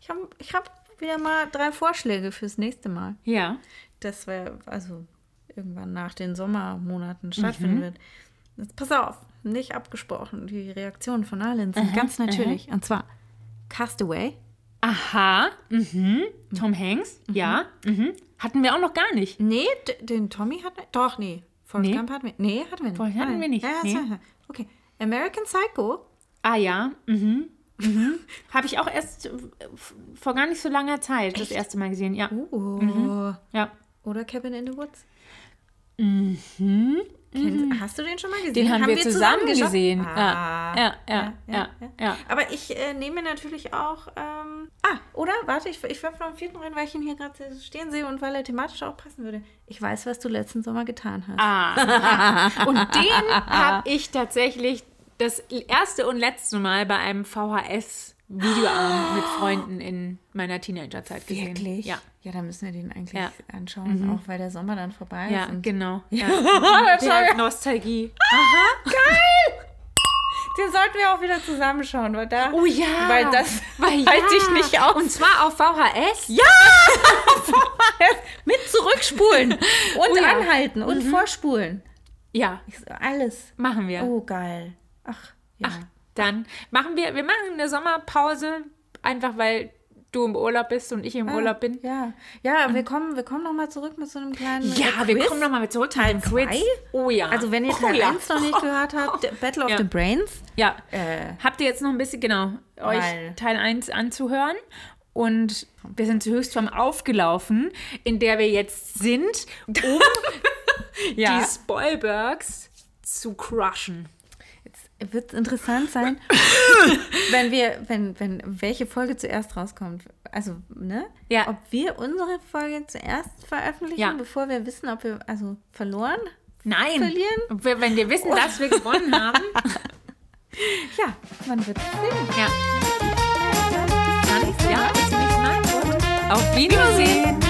D: Ich habe ich hab wieder mal drei Vorschläge fürs nächste Mal.
C: Ja.
D: Das wäre, also irgendwann nach den Sommermonaten stattfinden wird. Jetzt pass auf, nicht abgesprochen. Die Reaktionen von allen sind ganz natürlich. Und zwar Castaway.
C: Aha, mhm. Tom Hanks, ja. Mhm. Hatten wir auch noch gar nicht.
D: Nee, d- den Tommy hatten wir. Doch, nee. Forrest
C: Nee.
D: Gump hatten wir. Nee, hatten wir nicht.
C: Forrest hatten
D: Nein.
C: wir nicht,
D: Ja, ja,
C: nee.
D: ja. Okay. American Psycho.
C: Ah ja, mhm. Mhm. Habe ich auch erst äh, f- vor gar nicht so langer Zeit das erste Mal gesehen. Ja,
D: Oh.
C: ja.
D: Oder Cabin in the Woods. Kennst- Hast du Mhm. den schon mal gesehen?
C: Den haben, wir, zusammen,
D: geschaut?
C: gesehen.
D: Ah.
C: Ja, ja, ja, ja, ja, ja.
D: Aber ich äh, nehme natürlich auch. Ähm, ah, oder? Warte, ich, ich werfe noch einen vierten rein, weil ich ihn hier gerade stehen sehe und weil er thematisch auch passen würde. Ich weiß, was du letzten Sommer getan hast.
C: Ah. Und den habe ich tatsächlich das erste und letzte Mal bei einem VHS-Videoabend mit Freunden in meiner Teenagerzeit gesehen.
D: Wirklich?
C: Ja.
D: Ja, da müssen wir den eigentlich
C: Ja.
D: anschauen, auch weil der Sommer dann vorbei
C: Ja,
D: ist. und-
C: genau.
D: Ja.
C: Ja, Nostalgie.
D: Den sollten wir auch wieder zusammenschauen, weil da.
C: Oh ja.
D: Weil das
C: Weil ja.
D: halte ich nicht aus.
C: Und zwar auf VHS.
D: Ja! Mit zurückspulen und
C: Oh ja.
D: anhalten und vorspulen.
C: Ja,
D: Ich- Alles.
C: machen wir.
D: Oh, geil. Ach, ja.
C: Ach, dann machen wir, wir machen eine Sommerpause, einfach weil du im Urlaub bist und ich im Urlaub bin. Ähm.
D: Ja, ja wir kommen, wir kommen nochmal zurück mit so einem kleinen.
C: Ja,
D: äh,
C: wir
D: Quiz.
C: kommen nochmal mit zurück. Teil
D: zwei?
C: Oh ja.
D: Also, wenn ihr
C: oh,
D: Teil
C: ja.
D: 1 noch nicht gehört habt, der Battle of
C: Ja.
D: the Brains.
C: Ja.
D: Äh.
C: Habt ihr jetzt noch ein bisschen, genau, euch
D: Mal.
C: Teil 1 anzuhören? Und wir sind zu Höchstform aufgelaufen, in der wir jetzt sind, um die Spoilbergs zu crushen.
D: Wird es interessant sein, wenn wir, wenn, wenn, welche Folge zuerst rauskommt. Also, ne?
C: Ja.
D: Ob wir unsere Folge zuerst veröffentlichen,
C: Ja.
D: bevor wir wissen, ob wir, also, verloren?
C: Nein.
D: Verlieren?
C: Wir- Wenn wir wissen, dass wir gewonnen haben.
D: Ja, man wird es sehen.
C: Ja. Dann, ja, bis zum nächsten Mal. und Auf Wiedersehen.